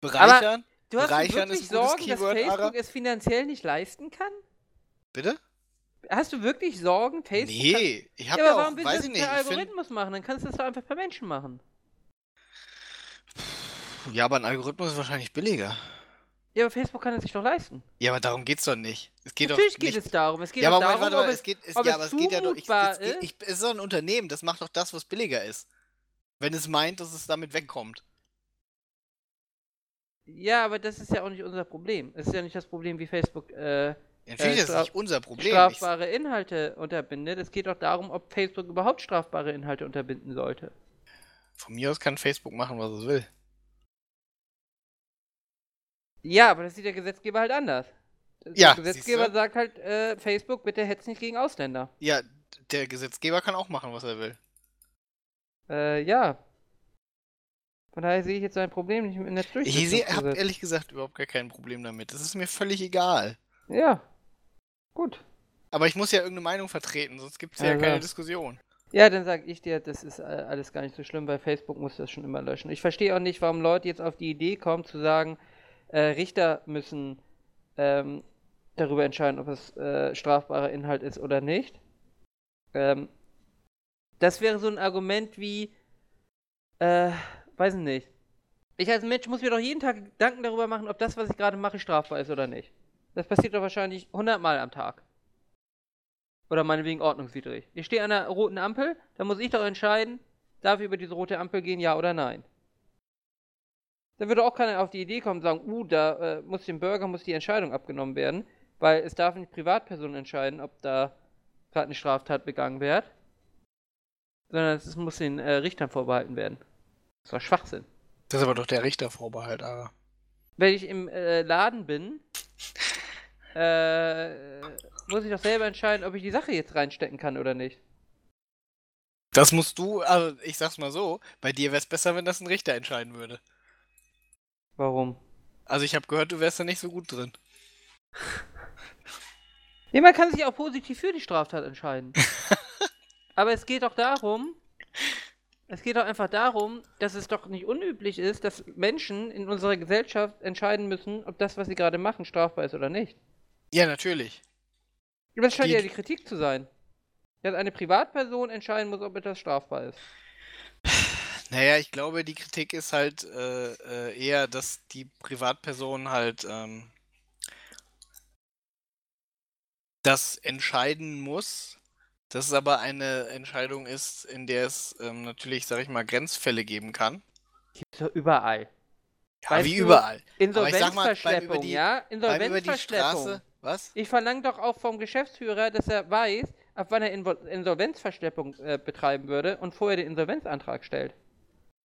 bereichern. Du hast du Bereichern wirklich ist ein gutes Sorgen, Keyword, dass Facebook Ara. es finanziell nicht leisten kann? Bitte? Hast du wirklich Sorgen, Facebook kann Nee, ich halt hab ja, ja aber auch, warum willst du weiß das ich nicht, nicht, per ich find, Algorithmus machen? Dann kannst du das doch einfach per Menschen machen. ja, aber ein Algorithmus ist wahrscheinlich billiger. Ja, aber Facebook kann es sich doch leisten. Ja, aber darum geht's doch nicht. Es geht Natürlich doch geht nicht. es darum. Es geht ja, doch aber darum, Moment, warte mal, ob es es, geht, es, ob ja, es aber es geht ja doch. Ich, zumutbar es, geht- ich, es ist doch ein Unternehmen, das macht doch das, was billiger ist. Wenn es meint, dass es damit wegkommt. Ja, aber das ist ja auch nicht unser Problem. Es ist ja nicht das Problem, wie Facebook äh, Natürlich Ja, ist straf- das nicht unser Problem. Ich, strafbare Inhalte unterbindet. Es geht doch darum, ob Facebook überhaupt strafbare Inhalte unterbinden sollte. von mir aus kann Facebook machen, was es will. Ja, aber das sieht der Gesetzgeber halt anders. Der Ja, Gesetzgeber siehste. sagt halt, äh, Facebook, bitte hetz nicht gegen Ausländer. Ja, d- der Gesetzgeber kann auch machen, was er will. Äh, ja. Von daher sehe ich jetzt ein Problem nicht im Ich Netzdurchsetzungsgesetz. se- hab ehrlich gesagt überhaupt gar kein Problem damit. Das ist mir völlig egal. Ja. Gut. Aber ich muss ja irgendeine Meinung vertreten, sonst gibt's ja Also. keine Diskussion. Ja, dann sag ich dir, das ist äh, alles gar nicht so schlimm, weil Facebook muss das schon immer löschen. Ich verstehe auch nicht, warum Leute jetzt auf die Idee kommen zu sagen, äh, Richter müssen ähm, darüber entscheiden, ob es äh, strafbarer Inhalt ist oder nicht. Ähm, das wäre so ein Argument wie, äh, weiß nicht. Ich als Mensch muss mir doch jeden Tag Gedanken darüber machen, ob das, was ich gerade mache, strafbar ist oder nicht. Das passiert doch wahrscheinlich 100 Mal am Tag. Oder meinetwegen ordnungswidrig. Ich stehe an einer roten Ampel, da muss ich doch entscheiden, darf ich über diese rote Ampel gehen, ja oder nein. Da würde auch keiner auf die Idee kommen und sagen, uh, da äh, muss dem Bürger muss die Entscheidung abgenommen werden, weil es darf nicht Privatpersonen entscheiden, ob da gerade eine Straftat begangen wird, sondern es muss den äh, Richtern vorbehalten werden. Das war Schwachsinn. Das ist aber doch der Richtervorbehalt, Ara. Wenn ich im äh, Laden bin, äh, muss ich doch selber entscheiden, ob ich die Sache jetzt reinstecken kann oder nicht. Das musst du, also ich sag's mal so, bei dir wär's besser, wenn das ein Richter entscheiden würde. Warum? Also ich habe gehört, du wärst da nicht so gut drin. Nee, man kann sich auch positiv für die Straftat entscheiden. Aber es geht doch darum, es geht doch einfach darum, dass es doch nicht unüblich ist, dass Menschen in unserer Gesellschaft entscheiden müssen, ob das, was sie gerade machen, strafbar ist oder nicht. Ja, natürlich. Das scheint Die- ja die Kritik zu sein. Dass eine Privatperson entscheiden muss, ob etwas strafbar ist. Naja, ich glaube, die Kritik ist halt äh, äh, eher, dass die Privatperson halt ähm, das entscheiden muss, dass es aber eine Entscheidung ist, in der es ähm, natürlich, sag ich mal, Grenzfälle geben kann. Gibt's doch überall. Ja, Weißt wie du, überall. Aber ich sag mal, beim über Insolvenzverschleppung, die- ja? Beim über die Insolvenzverschleppung. Straße, was? Ich verlange doch auch vom Geschäftsführer, dass er weiß, ab wann er Invol Insolvenzverschleppung äh, betreiben würde und vorher den Insolvenzantrag stellt.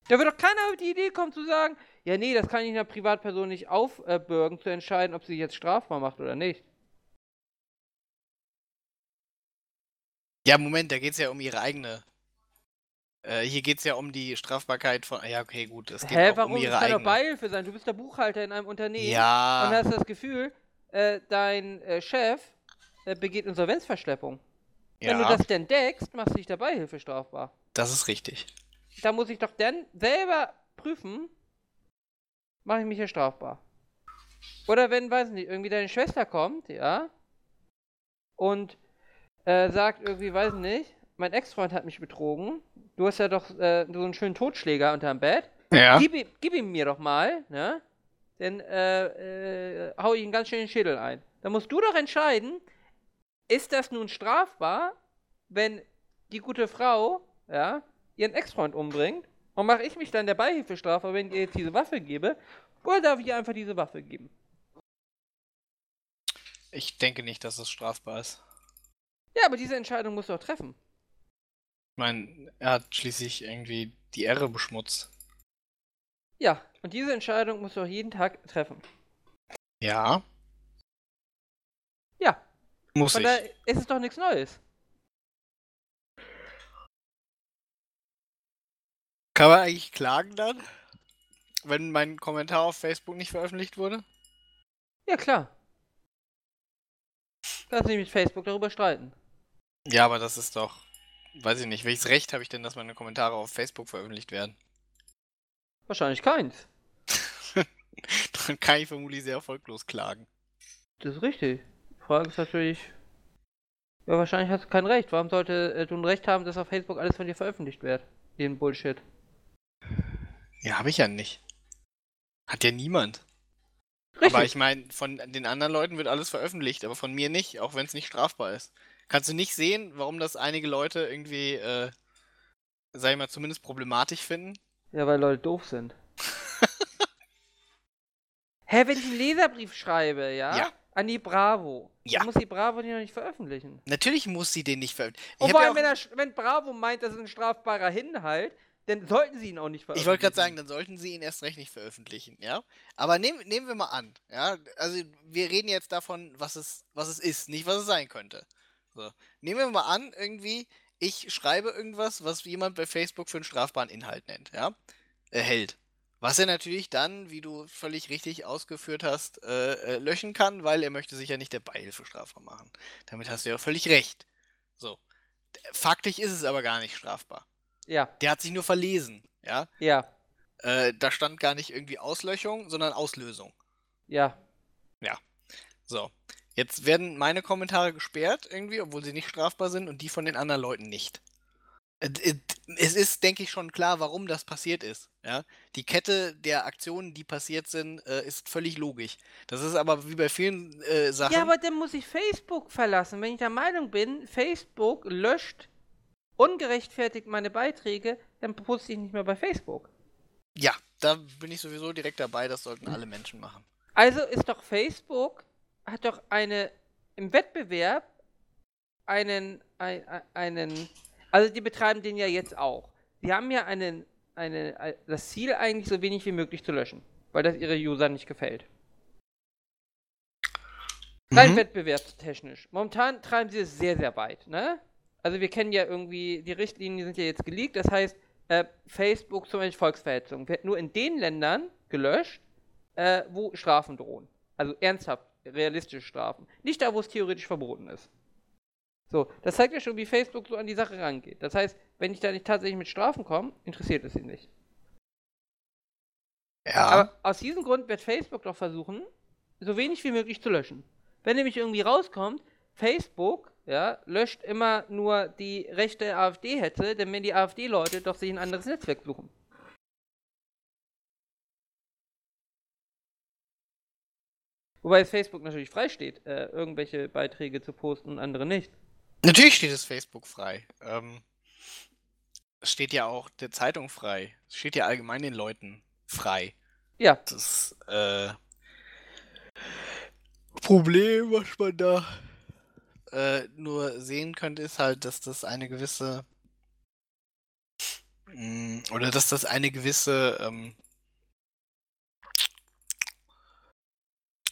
Da wird doch keiner auf die Idee kommen zu sagen, ja nee, das kann ich einer Privatperson nicht aufbürgen, zu entscheiden, ob sie jetzt strafbar macht oder nicht. Ja, Moment, da geht es ja um ihre eigene. Äh, hier geht es ja um die Strafbarkeit von. Ja, okay, gut, es geht Hä, auch warum? um ihre das kann doch eigene. Beihilfe sein. Du bist der Buchhalter in einem Unternehmen und ja, hast das Gefühl, äh, dein äh, Chef äh, begeht Insolvenzverschleppung. Wenn du ja das... das denn deckst, machst du dich der Beihilfe strafbar. ist richtig. da muss ich doch dann selber prüfen, mache ich mich hier strafbar. Oder wenn, weiß nicht, irgendwie deine Schwester kommt, ja, und äh, sagt irgendwie, weiß nicht, mein Ex-Freund hat mich betrogen, du hast ja doch äh, so einen schönen Totschläger unterm Bett, Ja. gib, ihm- gib ihn mir doch mal, ne? Dann äh, äh, hau ich ihn ganz schön in den Schädel ein. Da musst du doch entscheiden, ist das nun strafbar, wenn die gute Frau, ja, ihren Ex-Freund umbringt und mache ich mich dann der Beihilfe strafbar, wenn ich ihr jetzt diese Waffe gebe? Oder darf ich ihr einfach diese Waffe geben? Ich denke nicht, dass es strafbar ist. Ja, aber diese Entscheidung musst du doch treffen. Ich meine, er hat schließlich irgendwie die Ehre beschmutzt. Ja, und diese Entscheidung musst du auch jeden Tag treffen. Ja, Ja, muss von ich. daher ist es doch nichts Neues. Kann man eigentlich klagen dann? Wenn mein Kommentar auf Facebook nicht veröffentlicht wurde? Ja, klar. Kannst du nicht mit Facebook darüber streiten. Ja, aber das ist doch. Weiß ich nicht, welches Recht habe ich denn, dass meine Kommentare auf Facebook veröffentlicht werden? Wahrscheinlich keins. Dann kann ich vermutlich sehr erfolglos klagen. Das ist richtig. Die Frage ist natürlich. Ja, wahrscheinlich hast du kein Recht. Warum sollte äh, du ein Recht haben, dass auf Facebook alles von dir veröffentlicht wird? Den Bullshit. Ja, habe ich ja nicht. Hat ja niemand. Richtig. Aber ich meine, von den anderen Leuten wird alles veröffentlicht, aber von mir nicht, auch wenn es nicht strafbar ist. Kannst du nicht sehen, warum das einige Leute irgendwie, äh, sag ich mal, zumindest problematisch finden? Ja, weil Leute doof sind. Hä, wenn ich einen Leserbrief schreibe, ja? Ja. An die Bravo. Ja. Dann muss die Bravo den noch nicht veröffentlichen. Natürlich muss sie den nicht veröffentlichen. Ich, Und hab vor ja allem, auch- wenn, er, sch- wenn Bravo meint, das ist ein strafbarer Hinhalt, dann sollten sie ihn auch nicht ich veröffentlichen. wollte gerade sagen, dann sollten sie ihn erst recht nicht veröffentlichen, ja? Aber nehm, nehmen wir mal an, ja? Also, wir reden jetzt davon, was es, was es ist, nicht was es sein könnte. So. Nehmen wir mal an, irgendwie, ich schreibe irgendwas, was jemand bei Facebook für einen strafbaren Inhalt nennt, ja? Äh, hält. Was er natürlich dann, wie du völlig richtig ausgeführt hast, äh, äh, löschen kann, weil er möchte sich ja nicht der Beihilfe strafbar machen. Damit hast du ja völlig recht. So. faktisch ist es aber gar nicht strafbar. Ja, Der hat sich nur verlesen, ja. ja, Äh, da stand gar nicht irgendwie Auslöschung, sondern Auslösung. ja. So. Jetzt werden meine Kommentare gesperrt irgendwie, obwohl sie nicht strafbar sind und die von den anderen Leuten nicht. Äh, d- Es ist, denke ich, schon klar, warum das passiert ist. Ja? Die Kette der Aktionen, die passiert sind, äh, ist völlig logisch. Das ist aber wie bei vielen äh, Sachen. Ja, aber dann muss ich Facebook verlassen. Wenn ich der Meinung bin, Facebook löscht ungerechtfertigt meine Beiträge, dann poste ich nicht mehr bei Facebook. ja, da bin ich sowieso direkt dabei, das sollten alle Menschen machen. Also ist doch Facebook, hat doch eine, im Wettbewerb einen, ein, ein- einen, also die betreiben den ja jetzt auch. Die haben ja einen, eine, das Ziel eigentlich so wenig wie möglich zu löschen, weil das ihre User nicht gefällt. Rein wettbewerbstechnisch. Momentan treiben sie es sehr, sehr weit. Ne? Also wir kennen ja irgendwie, die Richtlinien sind ja jetzt geleakt. Das heißt, äh, Facebook zum Beispiel Volksverhetzung wird nur in den Ländern gelöscht, äh, wo Strafen drohen. Also ernsthaft, realistische Strafen. Nicht da, wo es theoretisch verboten ist. So, das zeigt ja schon, wie Facebook so an die Sache rangeht. Das heißt, wenn ich da nicht tatsächlich mit Strafen komme, interessiert es ihn nicht. Ja. Aber aus diesem Grund wird Facebook doch versuchen, so wenig wie möglich zu löschen. Wenn nämlich irgendwie rauskommt, Facebook ja, löscht immer nur die rechte AfD-Hetze, dann werden die AfD-Leute doch sich ein anderes Netzwerk suchen. Wobei es Facebook natürlich frei steht, äh, irgendwelche Beiträge zu posten und andere nicht. Natürlich steht es Facebook frei. Ähm, es steht ja auch der Zeitung frei. Es steht ja allgemein den Leuten frei. Ja, Das äh, Problem, was man da äh, nur sehen könnte, ist halt, dass das eine gewisse Mm, oder dass das eine gewisse ähm,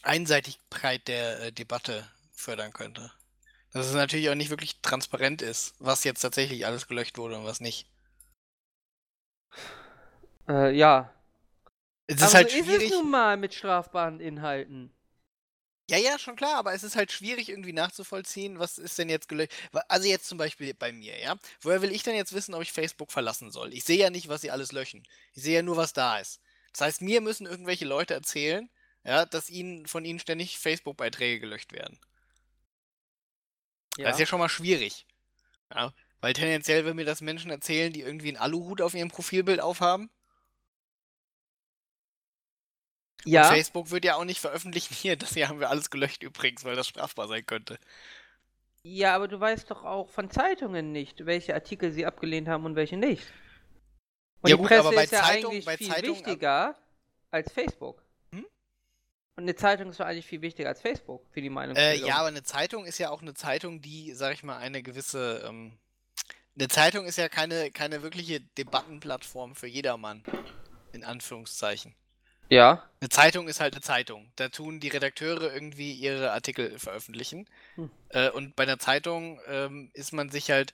Einseitigkeit der äh, Debatte fördern könnte. Dass es natürlich auch nicht wirklich transparent ist, was jetzt tatsächlich alles gelöscht wurde und was nicht. äh, ja. Es Aber ist halt so schwierig. ist es nun mal mit strafbaren Inhalten. Ja, ja, schon klar, aber es ist halt schwierig irgendwie nachzuvollziehen, was ist denn jetzt gelöscht. Wa- Also jetzt zum Beispiel bei mir, ja. Woher will ich denn jetzt wissen, ob ich Facebook verlassen soll? Ich sehe ja nicht, was sie alles löschen. Ich sehe ja nur, was da ist. Das heißt, mir müssen irgendwelche Leute erzählen, ja, dass ihnen von ihnen ständig Facebook-Beiträge gelöscht werden. Das ist ja schon mal schwierig. Ja, weil tendenziell, wenn mir das Menschen erzählen, die irgendwie einen Aluhut auf ihrem Profilbild aufhaben, ja. Facebook wird ja auch nicht veröffentlichen, hier, das hier haben wir alles gelöscht übrigens, weil das strafbar sein könnte. Ja, aber du weißt doch auch von Zeitungen nicht, welche Artikel sie abgelehnt haben und welche nicht. Und Ja die gut, Presse aber bei ist ja Zeitung- eigentlich bei viel Zeitung ab- wichtiger als Facebook. Hm? Und eine Zeitung ist doch eigentlich viel wichtiger als Facebook für die Meinung. Äh, ja, aber eine Zeitung ist ja auch eine Zeitung, die, sag ich mal, eine gewisse. Ähm, eine Zeitung ist ja keine, keine wirkliche Debattenplattform für jedermann. In Anführungszeichen. ja. Eine Zeitung ist halt eine Zeitung. Da tun die Redakteure irgendwie ihre Artikel veröffentlichen. Hm. Äh, und bei einer Zeitung ähm, ist man sich halt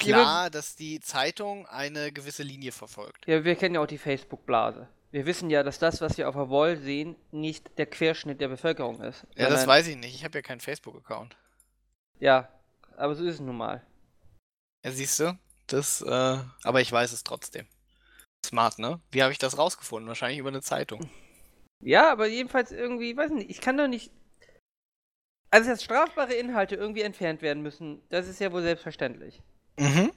Ja, aber- klar, dass die Zeitung eine gewisse Linie verfolgt. Ja, wir kennen ja auch die Facebook-Blase. Wir wissen ja, dass das, was wir auf der Wall sehen, nicht der Querschnitt der Bevölkerung ist. Ja, das sondern- weiß ich nicht. Ich habe ja keinen Facebook-Account. Ja, aber so ist es nun mal. Ja, siehst du? Das, äh, aber ich weiß es trotzdem. Smart, ne? Wie habe ich das rausgefunden? Wahrscheinlich über eine Zeitung. Ja, aber jedenfalls irgendwie, weiß nicht, ich kann doch nicht. Also, dass strafbare Inhalte irgendwie entfernt werden müssen, das ist ja wohl selbstverständlich. Mhm.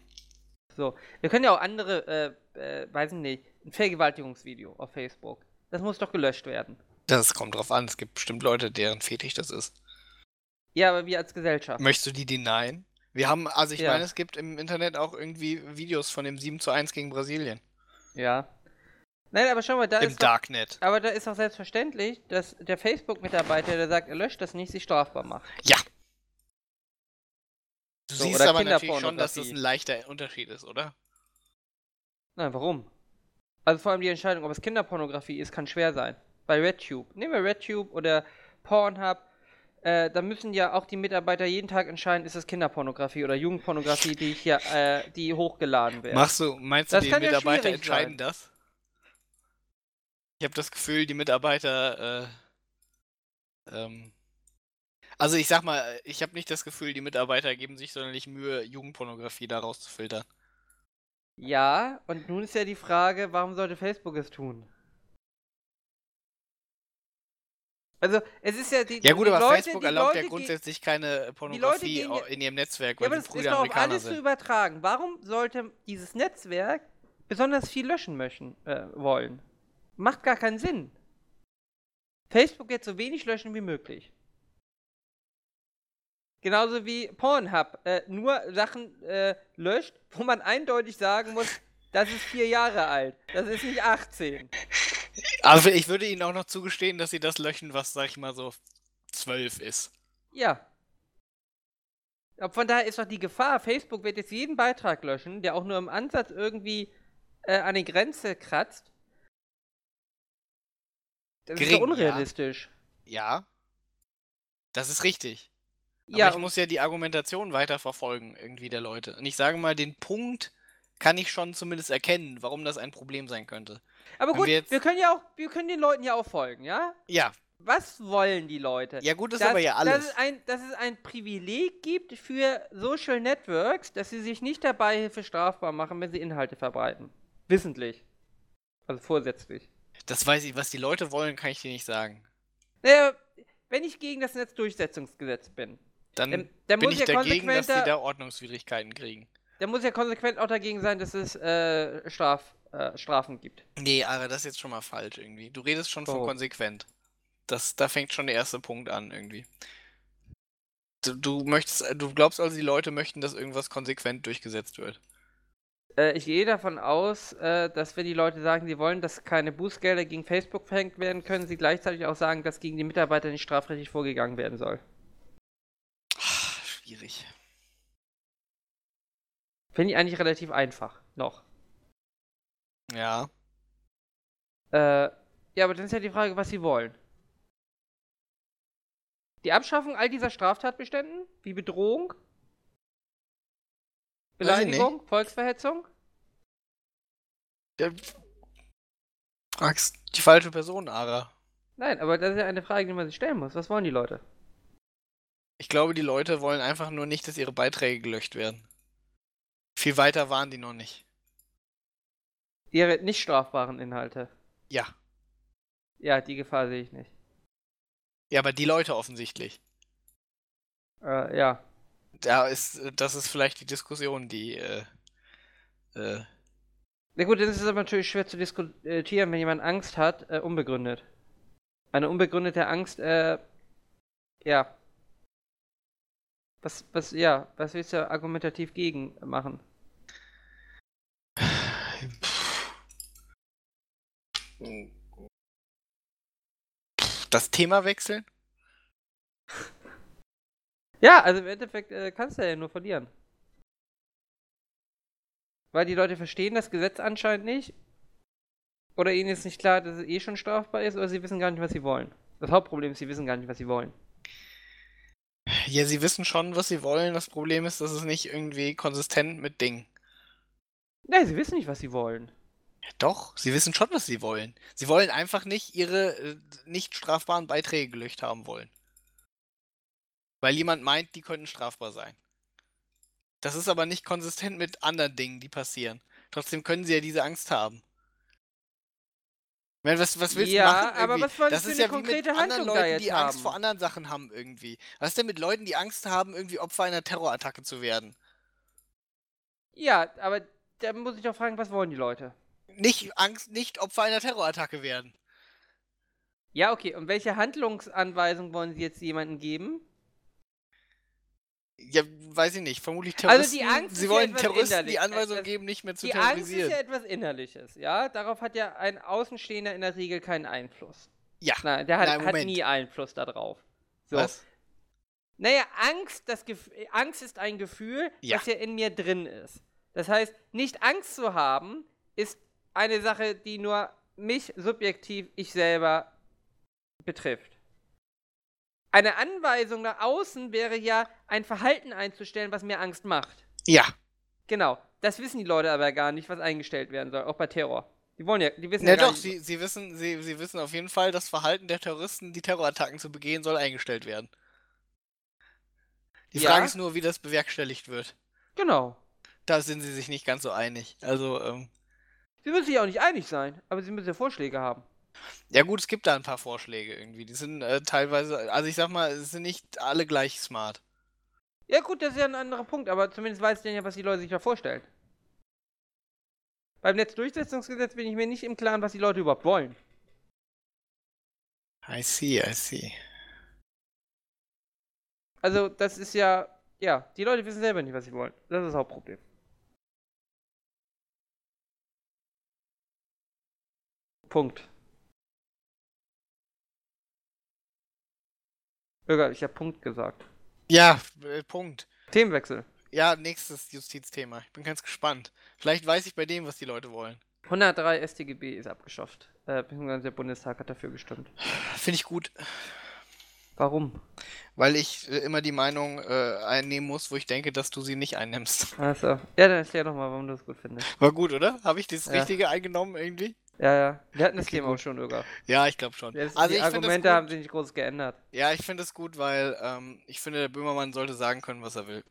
So, wir können ja auch andere, äh, äh, weiß nicht, ein Vergewaltigungsvideo auf Facebook. Das muss doch gelöscht werden. Das kommt drauf an. Es gibt bestimmt Leute, deren Fetisch das ist. Ja, aber wir als Gesellschaft. Möchtest du die denyen? Wir haben, also ich Ja. meine, es gibt im Internet auch irgendwie Videos von dem 7 zu 1 gegen Brasilien. Ja. Nein, aber schau mal, da Im ist. Doch, Darknet. aber da ist doch selbstverständlich, dass der Facebook-Mitarbeiter, der sagt, er löscht das nicht, sich strafbar macht. Ja. Du So, siehst oder aber natürlich schon, dass das Kinderpornografie. ein leichter Unterschied ist, oder? Nein, warum? Also vor allem die Entscheidung, ob es Kinderpornografie ist, kann schwer sein. Bei RedTube. Nehmen wir RedTube oder Pornhub. Äh, da müssen ja auch die Mitarbeiter jeden Tag entscheiden, ist es Kinderpornografie oder Jugendpornografie, die hier, äh, die hochgeladen wird. Machst du, meinst du, Das die kann ja Mitarbeiter schwierig entscheiden sein. das? Ich habe das Gefühl, die Mitarbeiter, äh, ähm, Also ich sag mal, ich habe nicht das Gefühl, die Mitarbeiter geben sich sonderlich Mühe, Jugendpornografie da rauszufiltern. Ja, und nun ist ja die Frage, warum sollte Facebook es tun? Also, es ist ja die. Ja gut, die aber Leute, Facebook die erlaubt Leute, ja die- grundsätzlich keine äh, die Pornografie gehen ja- au- in ihrem Netzwerk, Ja, weil aber die das ist Brüder doch auf Amerikaner alles zu sind. übertragen. Warum sollte dieses Netzwerk besonders viel löschen möchten, äh, wollen? Macht gar keinen Sinn. Facebook jetzt so wenig löschen wie möglich. Genauso wie Pornhub äh, nur Sachen äh, löscht, wo man eindeutig sagen muss, das ist vier Jahre alt, das ist nicht 18. Also ich würde ihnen auch noch zugestehen, dass sie das löschen, was, sag ich mal, so zwölf ist. Ja. Ab von daher ist doch die Gefahr, Facebook wird jetzt jeden Beitrag löschen, der auch nur im Ansatz irgendwie äh, an die Grenze kratzt. Das ist Gering, doch unrealistisch. Ja. Das ist richtig. Aber Ja, ich und- muss ja die Argumentation weiter verfolgen, irgendwie der Leute. Und ich sage mal, den Punkt kann ich schon zumindest erkennen, warum das ein Problem sein könnte. aber wenn gut, wir wir, jetzt- können ja auch, wir können den Leuten ja auch folgen, ja? Ja, Was wollen die Leute? ja gut ist aber ja alles. Dass es, ein, dass es ein Privileg gibt für Social Networks, dass sie sich nicht der Beihilfe strafbar machen, wenn sie Inhalte verbreiten. Wissentlich. Also vorsätzlich. Das weiß ich, was die Leute wollen, kann ich dir nicht sagen. Naja, wenn ich gegen das Netzdurchsetzungsgesetz bin, Dann dann, Ähm, dann, bin muss ich ja dagegen, dass konsequenter- die da Ordnungswidrigkeiten kriegen. dann muss ja konsequent auch dagegen sein, dass es äh, Straf, äh, Strafen gibt. Nee, aber das ist jetzt schon mal falsch irgendwie. Du redest schon von Warum? konsequent. Das, da fängt schon der erste Punkt an irgendwie. Du, du möchtest, du glaubst also, die Leute möchten, dass irgendwas konsequent durchgesetzt wird. Äh, ich gehe davon aus, äh, dass wenn die Leute sagen, sie wollen, dass keine Bußgelder gegen Facebook verhängt werden können, sie gleichzeitig auch sagen, dass gegen die Mitarbeiter nicht strafrechtlich vorgegangen werden soll. Ah, Schwierig. Finde ich eigentlich relativ einfach. Noch. Ja. Äh, ja, aber dann ist ja die Frage, was sie wollen. Die Abschaffung all dieser Straftatbeständen, wie Bedrohung, Weiß ich Beleidigung, Volksverhetzung? Der, fragst die falsche Person, Ara. Nein, aber das ist ja eine Frage, die man sich stellen muss. Was wollen die Leute? Ich glaube, die Leute wollen einfach nur nicht, dass ihre Beiträge gelöscht werden. Viel weiter waren die noch nicht. Ihre nicht strafbaren Inhalte. Ja. Ja, die Gefahr sehe ich nicht. Ja, aber die Leute offensichtlich. Äh, ja. Da ist, das ist vielleicht die Diskussion, die äh, äh, Na gut, das ist aber natürlich schwer zu diskutieren, wenn jemand Angst hat, äh, unbegründet. Eine unbegründete Angst, äh, ja. Was, was, ja, was willst du argumentativ gegen machen? das Thema wechseln? Ja, also im Endeffekt äh, kannst du ja nur verlieren. Weil die Leute verstehen das Gesetz anscheinend nicht. Oder ihnen ist nicht klar, dass es eh schon strafbar ist, oder sie wissen gar nicht, was sie wollen. Das Hauptproblem ist, sie wissen gar nicht, was sie wollen. Ja, sie wissen schon, was sie wollen. Das Problem ist, dass es nicht irgendwie konsistent mit Dingen. Nein, sie wissen nicht, was sie wollen. Ja, doch, sie wissen schon, was sie wollen. Sie wollen einfach nicht ihre äh, nicht strafbaren Beiträge gelöscht haben wollen. Weil jemand meint, die könnten strafbar sein. Das ist aber nicht konsistent mit anderen Dingen, die passieren. Trotzdem können sie ja diese Angst haben. Ich meine, was, was willst du Ja, machen? aber irgendwie? was wollen das Sie für ist eine ja wie mit konkrete anderen Handlung da Leuten, jetzt die Angst haben? vor anderen Sachen haben irgendwie. Was ist denn mit Leuten, die Angst haben, irgendwie Opfer einer Terrorattacke zu werden? Ja, aber da muss ich doch fragen, was wollen die Leute? Nicht Angst, nicht Opfer einer Terrorattacke werden. Ja, okay, und welche Handlungsanweisung wollen sie jetzt jemandem geben? Ja, weiß ich nicht. Vermutlich Terroristen. Also die Angst sie ist ja wollen etwas Terroristen innerlich. die Anweisung Äh, das- geben, nicht mehr zu Die Angst ist terrorisieren. ja etwas Innerliches, ja? Darauf hat ja ein Außenstehender in der Regel keinen Einfluss. ja. Nein, der hat, Nein, hat Moment. nie Einfluss darauf. So. Was? Naja, Angst, das Gef äh, Angst ist ein Gefühl, Ja. das ja in mir drin ist. Das heißt, nicht Angst zu haben, ist eine Sache, die nur mich subjektiv, ich selber betrifft. Eine Anweisung nach außen wäre ja, ein Verhalten einzustellen, was mir Angst macht. Ja. Genau. Das wissen die Leute aber gar nicht, was eingestellt werden soll, auch bei Terror. Die wollen ja, die wissen Na ja gar doch, nicht. sie, sie, wissen, sie, sie wissen auf jeden Fall, das Verhalten der Terroristen, die Terrorattacken zu begehen, soll eingestellt werden. Die Ja. Frage ist nur, wie das bewerkstelligt wird. Genau. Da sind sie sich nicht ganz so einig. Also, ähm, Sie müssen sich auch nicht einig sein, aber sie müssen ja Vorschläge haben. ja gut, es gibt da ein paar Vorschläge irgendwie. Die sind äh, teilweise, also ich sag mal, es sind nicht alle gleich smart. Ja gut, das ist ja ein anderer Punkt, aber zumindest weiß ich dann ja, was die Leute sich da vorstellen. Beim Netzdurchsetzungsgesetz bin ich mir nicht im Klaren, was die Leute überhaupt wollen. I see, I see. Also das ist ja, ja, die Leute wissen selber nicht, was sie wollen. Das ist das Hauptproblem. Punkt. Bürger, ich habe Punkt gesagt. Ja, äh, Punkt. Themenwechsel. Ja, nächstes Justizthema. Ich bin ganz gespannt. Vielleicht weiß ich bei dem, was die Leute wollen. 103 StGB ist abgeschafft. Äh, beziehungsweise der Bundestag hat dafür gestimmt. Finde ich gut, Warum? weil ich äh, immer die Meinung äh, einnehmen muss, wo ich denke, dass du sie nicht einnimmst. Also, ja, dann erklär doch mal, warum du es gut findest. War gut, oder? Habe ich das Ja. Richtige eingenommen irgendwie? Ja, ja. Wir hatten das Thema auch schon, Uga. Ja, ich glaube schon. Jetzt, also die ich finde Argumente haben das gut. sich nicht groß geändert. Ja, ich finde es gut, weil ähm, ich finde, der Böhmermann sollte sagen können, was er will.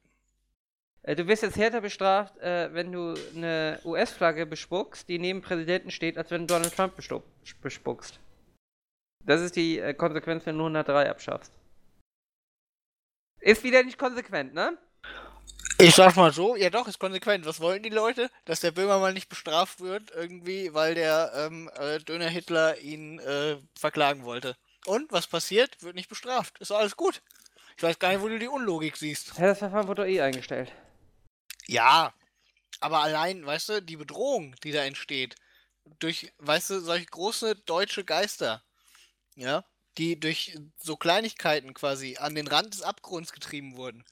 Äh, du wirst jetzt härter bestraft, äh, wenn du eine US-Flagge bespuckst, die neben Präsidenten steht, als wenn du Donald Trump bestu- bespuckst. Das ist die äh, Konsequenz, wenn du 103 abschaffst. Ist wieder nicht konsequent, ne? Ich sag mal so, ja doch, ist konsequent. Was wollen die Leute? Dass der Böhmermann nicht bestraft wird, irgendwie, weil der ähm, äh, Döner Hitler ihn äh, verklagen wollte. Und was passiert? Wird nicht bestraft. Ist doch alles gut. Ich weiß gar nicht, wo du die Unlogik siehst. Ja, das Verfahren wurde doch eh eingestellt. Ja, aber allein, weißt du, die Bedrohung, die da entsteht, durch, weißt du, solche große deutsche Geister, ja, die durch so Kleinigkeiten quasi an den Rand des Abgrunds getrieben wurden.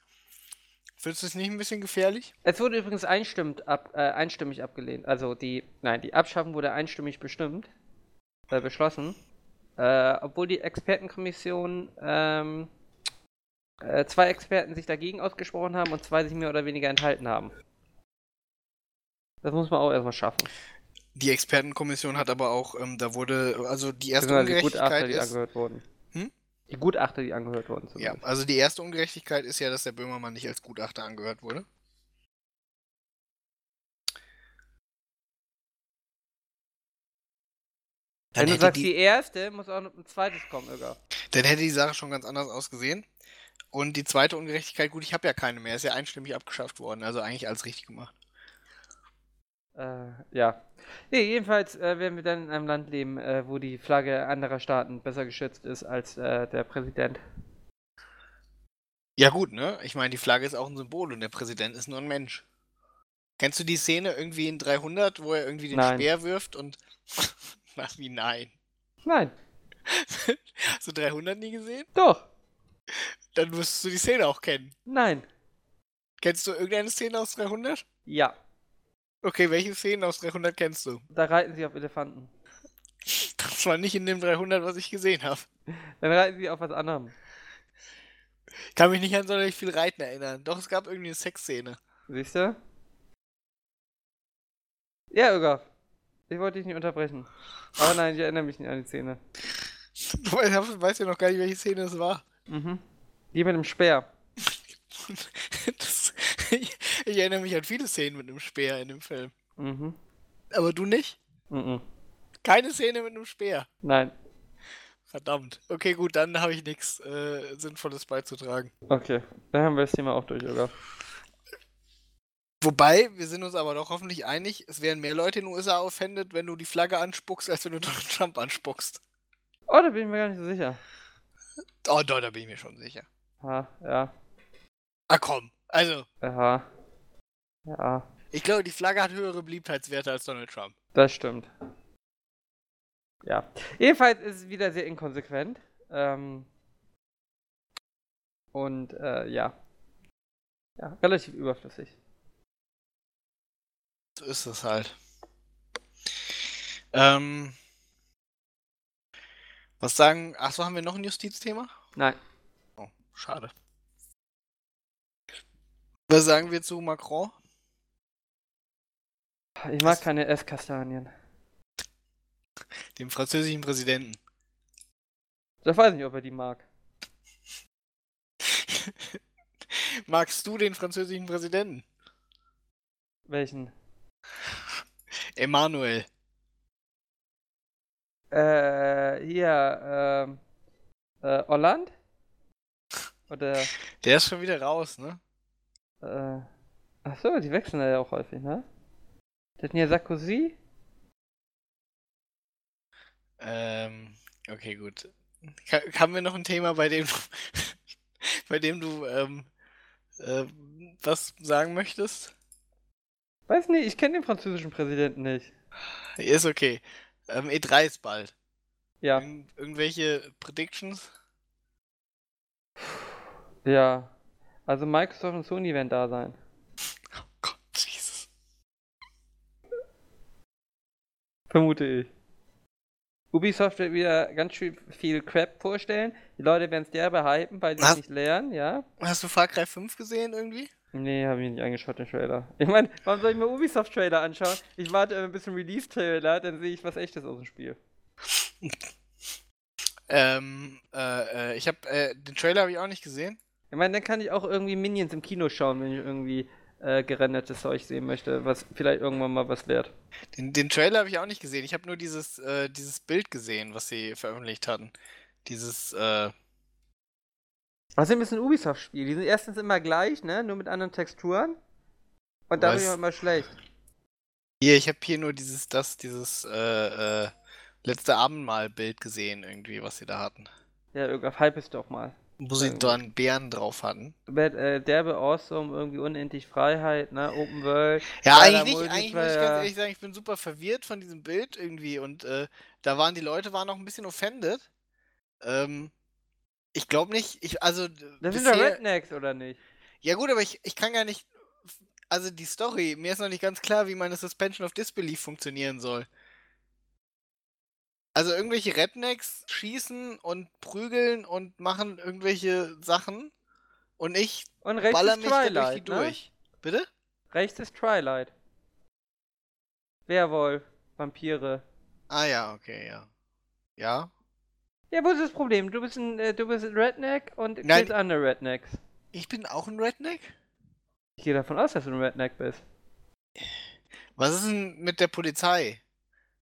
Findest du es nicht ein bisschen gefährlich? Es wurde übrigens einstimmig, ab, äh, einstimmig abgelehnt. Also die, nein, die Abschaffung wurde einstimmig bestimmt, äh, beschlossen. Äh, obwohl die Expertenkommission, ähm, äh, zwei Experten sich dagegen ausgesprochen haben und zwei sich mehr oder weniger enthalten haben. Das muss man auch erstmal schaffen. Die Expertenkommission hat aber auch, ähm, da wurde, also die erste Beziehungsweise Genau, die Ungerechtigkeit Gutachter, die ist, angehört wurden. Hm? Die Gutachter, die angehört wurden. ja, zumindest. also die erste Ungerechtigkeit ist ja, dass der Böhmermann nicht als Gutachter angehört wurde. Wenn Dann du hätte sagst, die- die... erste, muss auch noch ein zweites kommen, Öger. Dann hätte die Sache schon ganz anders ausgesehen. Und die zweite Ungerechtigkeit, gut, ich habe ja keine mehr, ist ja einstimmig abgeschafft worden, also eigentlich alles richtig gemacht. Äh, ja. Nee, jedenfalls äh, werden wir dann in einem Land leben, äh, wo die Flagge anderer Staaten besser geschützt ist als äh, der Präsident. Ja gut, ne? Ich meine, die Flagge ist auch ein Symbol und der Präsident ist nur ein Mensch. Kennst du die Szene irgendwie in 300, wo er irgendwie den Nein. Speer wirft und... Na, wie nein. Nein, Hast du 300 nie gesehen? doch, Dann müsstest du die Szene auch kennen. nein, Kennst du irgendeine Szene aus 300? ja. Okay, welche Szenen aus 300 kennst du? Da reiten sie auf Elefanten. Das war nicht in dem 300, was ich gesehen habe. Dann reiten sie auf was anderem. Ich kann mich nicht an sonderlich viel Reiten erinnern. Doch, es gab irgendwie eine Sexszene. Siehst du? Ja, Uga. Ich wollte dich nicht unterbrechen. Aber nein, ich erinnere mich nicht an die Szene. Du weißt weißt ja noch gar nicht, welche Szene es war. Mhm. Die mit dem Speer. Das, ich, ich erinnere mich an viele Szenen mit einem Speer in dem Film. Mhm. Aber du nicht? Mhm. Keine Szene mit einem Speer. Nein. Verdammt. Okay, gut, dann habe ich nichts äh, Sinnvolles beizutragen. Okay. Dann haben wir das Thema auch durch, Uga. Wobei, wir sind uns aber doch hoffentlich einig, es wären mehr Leute in den USA offended, wenn du die Flagge anspuckst, als wenn du Donald Trump anspuckst. Oh, da bin ich mir gar nicht so sicher. Oh, doch, da bin ich mir schon sicher. Ha, ja. Ah, komm. Also, Aha. Ja, ich glaube, die Flagge hat höhere Beliebtheitswerte als Donald Trump. das stimmt. Ja. Jedenfalls ist es wieder sehr inkonsequent. Ähm und äh, ja. Ja, relativ überflüssig. So ist es halt. Ähm. Was sagen. Ach so, haben wir noch ein Justizthema? Nein. Oh, schade. Was sagen wir zu Macron? Ich mag keine Esskastanien. Dem französischen Präsidenten. Ich weiß nicht, ob er die mag. Magst du den französischen Präsidenten? Welchen? Emmanuel. Äh, hier, ähm, äh, Holland? Oder, Der ist schon wieder raus, ne? äh, ach so, die wechseln ja auch häufig, ne? Das sind ja Sarkozy? Ähm, okay, gut. Ka haben wir noch ein Thema, bei dem du, bei dem du ähm, äh, was sagen möchtest? Weiß nicht, ich kenne den französischen Präsidenten nicht. Ist okay. Ähm, E3 ist bald. Ja, Irgend- irgendwelche Predictions? ja. Also Microsoft und Sony werden da sein. Oh Gott, Jesus. Vermute ich. Ubisoft wird wieder ganz schön viel Crap vorstellen. Die Leute werden es derbe hypen, weil sie es Was? nicht lernen, ja? Hast du Far Cry 5 gesehen irgendwie? Nee, habe ich nicht angeschaut, den Trailer. Ich meine, warum soll ich mir Ubisoft-Trailer anschauen? Ich warte immer ein bisschen Release-Trailer, dann sehe ich was echtes aus dem Spiel. Ähm, äh, äh, ich habe äh, den Trailer habe ich auch nicht gesehen. Ich meine, dann kann ich auch irgendwie Minions im Kino schauen, wenn ich irgendwie äh, gerendertes Zeug sehen möchte, was vielleicht irgendwann mal was wert. Den, den Trailer habe ich auch nicht gesehen. Ich habe nur dieses, äh, dieses Bild gesehen, was sie veröffentlicht hatten. Dieses, äh, Außerdem ist ein Ubisoft-Spiel. Die sind erstens immer gleich, ne? Nur mit anderen Texturen. Und da bin ich Was? immer schlecht. hier, ich habe hier nur dieses, das, dieses, äh, äh, letzte Abendmahl-Bild gesehen, irgendwie, was sie da hatten. Ja, irgendwas hype ist doch mal. Wo sie Ähm. dann Bären drauf hatten. Bad, äh, derbe Awesome, irgendwie unendlich Freiheit, ne? Open World. Ja, Geiler eigentlich nicht. Eigentlich muss ich Multiplayer. ganz ehrlich sagen, ich bin super verwirrt von diesem Bild irgendwie und äh, da waren die Leute waren auch ein bisschen offended. Ähm, ich glaube nicht, ich, also. Das sind doch bisher- Rednecks, oder nicht? Ja gut, aber ich, ich kann gar nicht. Also die Story, mir ist noch nicht ganz klar, wie meine Suspension of Disbelief funktionieren soll. Also irgendwelche Rednecks schießen und prügeln und machen irgendwelche Sachen und ich Und rechts baller ist mich da durch die Twilight. Ne? durch. Bitte? Rechts ist Twilight. Werwolf, Vampire. Ah ja, okay, ja. Ja. Ja, wo ist das Problem? Du bist ein, äh, du bist ein Redneck und Nein. killst andere Rednecks. Ich bin auch ein Redneck? Ich gehe davon aus, dass du ein Redneck bist. Was ist denn mit der Polizei?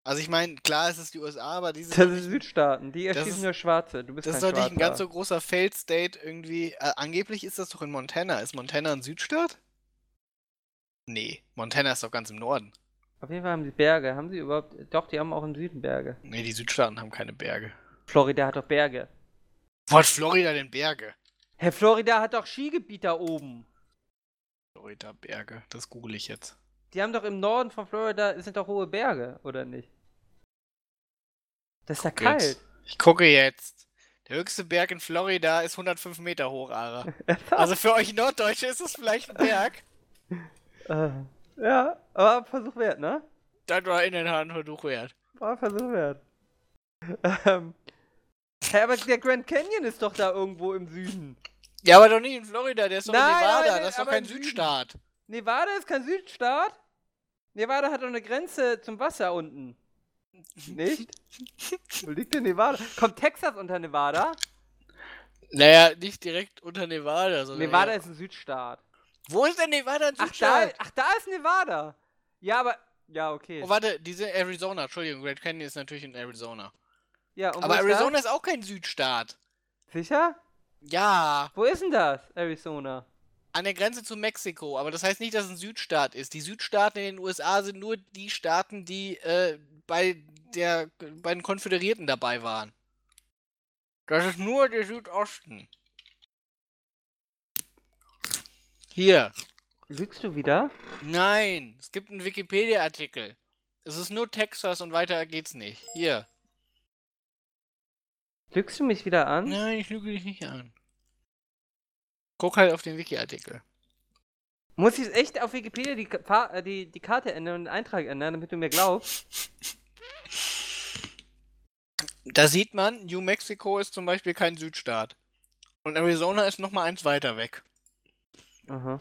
Also ich meine, klar es ist die USA, aber diese Das sind Südstaaten, die Das erschießen ist- nur Schwarze. Du bist Das kein ist doch nicht ein ganz Schwarzer. so großer Failed State irgendwie. Äh, angeblich ist das doch in Montana. Ist Montana ein Südstaat? Nee, Montana ist doch ganz im Norden. Auf jeden Fall haben sie Berge. Haben sie überhaupt. Doch, die haben auch im Süden Berge. Nee, die Südstaaten haben keine Berge. Florida hat doch Berge. Wo hat Florida denn Berge? Herr Florida hat doch Skigebiet da oben. Florida Berge, das google ich jetzt. Die haben doch im Norden von Florida sind doch hohe Berge, oder nicht? Das ist ja Guck jetzt. kalt. Ich gucke jetzt. Der höchste Berg in Florida ist 105 Meter hoch, Ara. Also für euch Norddeutsche ist es vielleicht ein Berg. Äh, ja, aber Versuch wert, ne? Dann war in den Haaren wert. War Versuch wert. Ähm. Hä, aber der Grand Canyon ist doch da irgendwo im Süden. Ja, aber doch nicht in Florida, der ist doch in Nein, Nevada, aber- das ist doch aber kein im Süden. Südstaat. Nevada ist kein Südstaat. Nevada hat doch eine Grenze zum Wasser unten. Nicht? Wo liegt denn Nevada? Kommt Texas unter Nevada? Naja, nicht direkt unter Nevada, sondern. Nevada eher- ist ein Südstaat. Wo ist denn Nevada ein Ach da, Südstaat? ach, da ist Nevada. Ja, aber. Ja, okay. oh, warte, diese Arizona, Entschuldigung, Grand Canyon ist natürlich in Arizona. Ja, und wo Aber ist Arizona ist auch kein Südstaat. Das? Sicher? Ja, Wo ist denn das? Arizona. an der Grenze zu Mexiko, aber das heißt nicht, dass es ein Südstaat ist. Die Südstaaten in den USA sind nur die Staaten, die äh, bei, der, bei den Konföderierten dabei waren. Das ist nur der Südosten. Hier. Lügst du wieder? Nein, es gibt einen Wikipedia-Artikel. Es ist nur Texas und weiter geht's nicht. Hier. Lügst du mich wieder an? Nein, ich lüge dich nicht an. Guck halt auf den Wiki-Artikel. Muss ich echt auf Wikipedia die, Ka- Pa- äh, die, die Karte ändern und den Eintrag ändern, damit du mir glaubst? Da sieht man, New Mexico ist zum Beispiel kein Südstaat. Und Arizona ist nochmal eins weiter weg. Aha.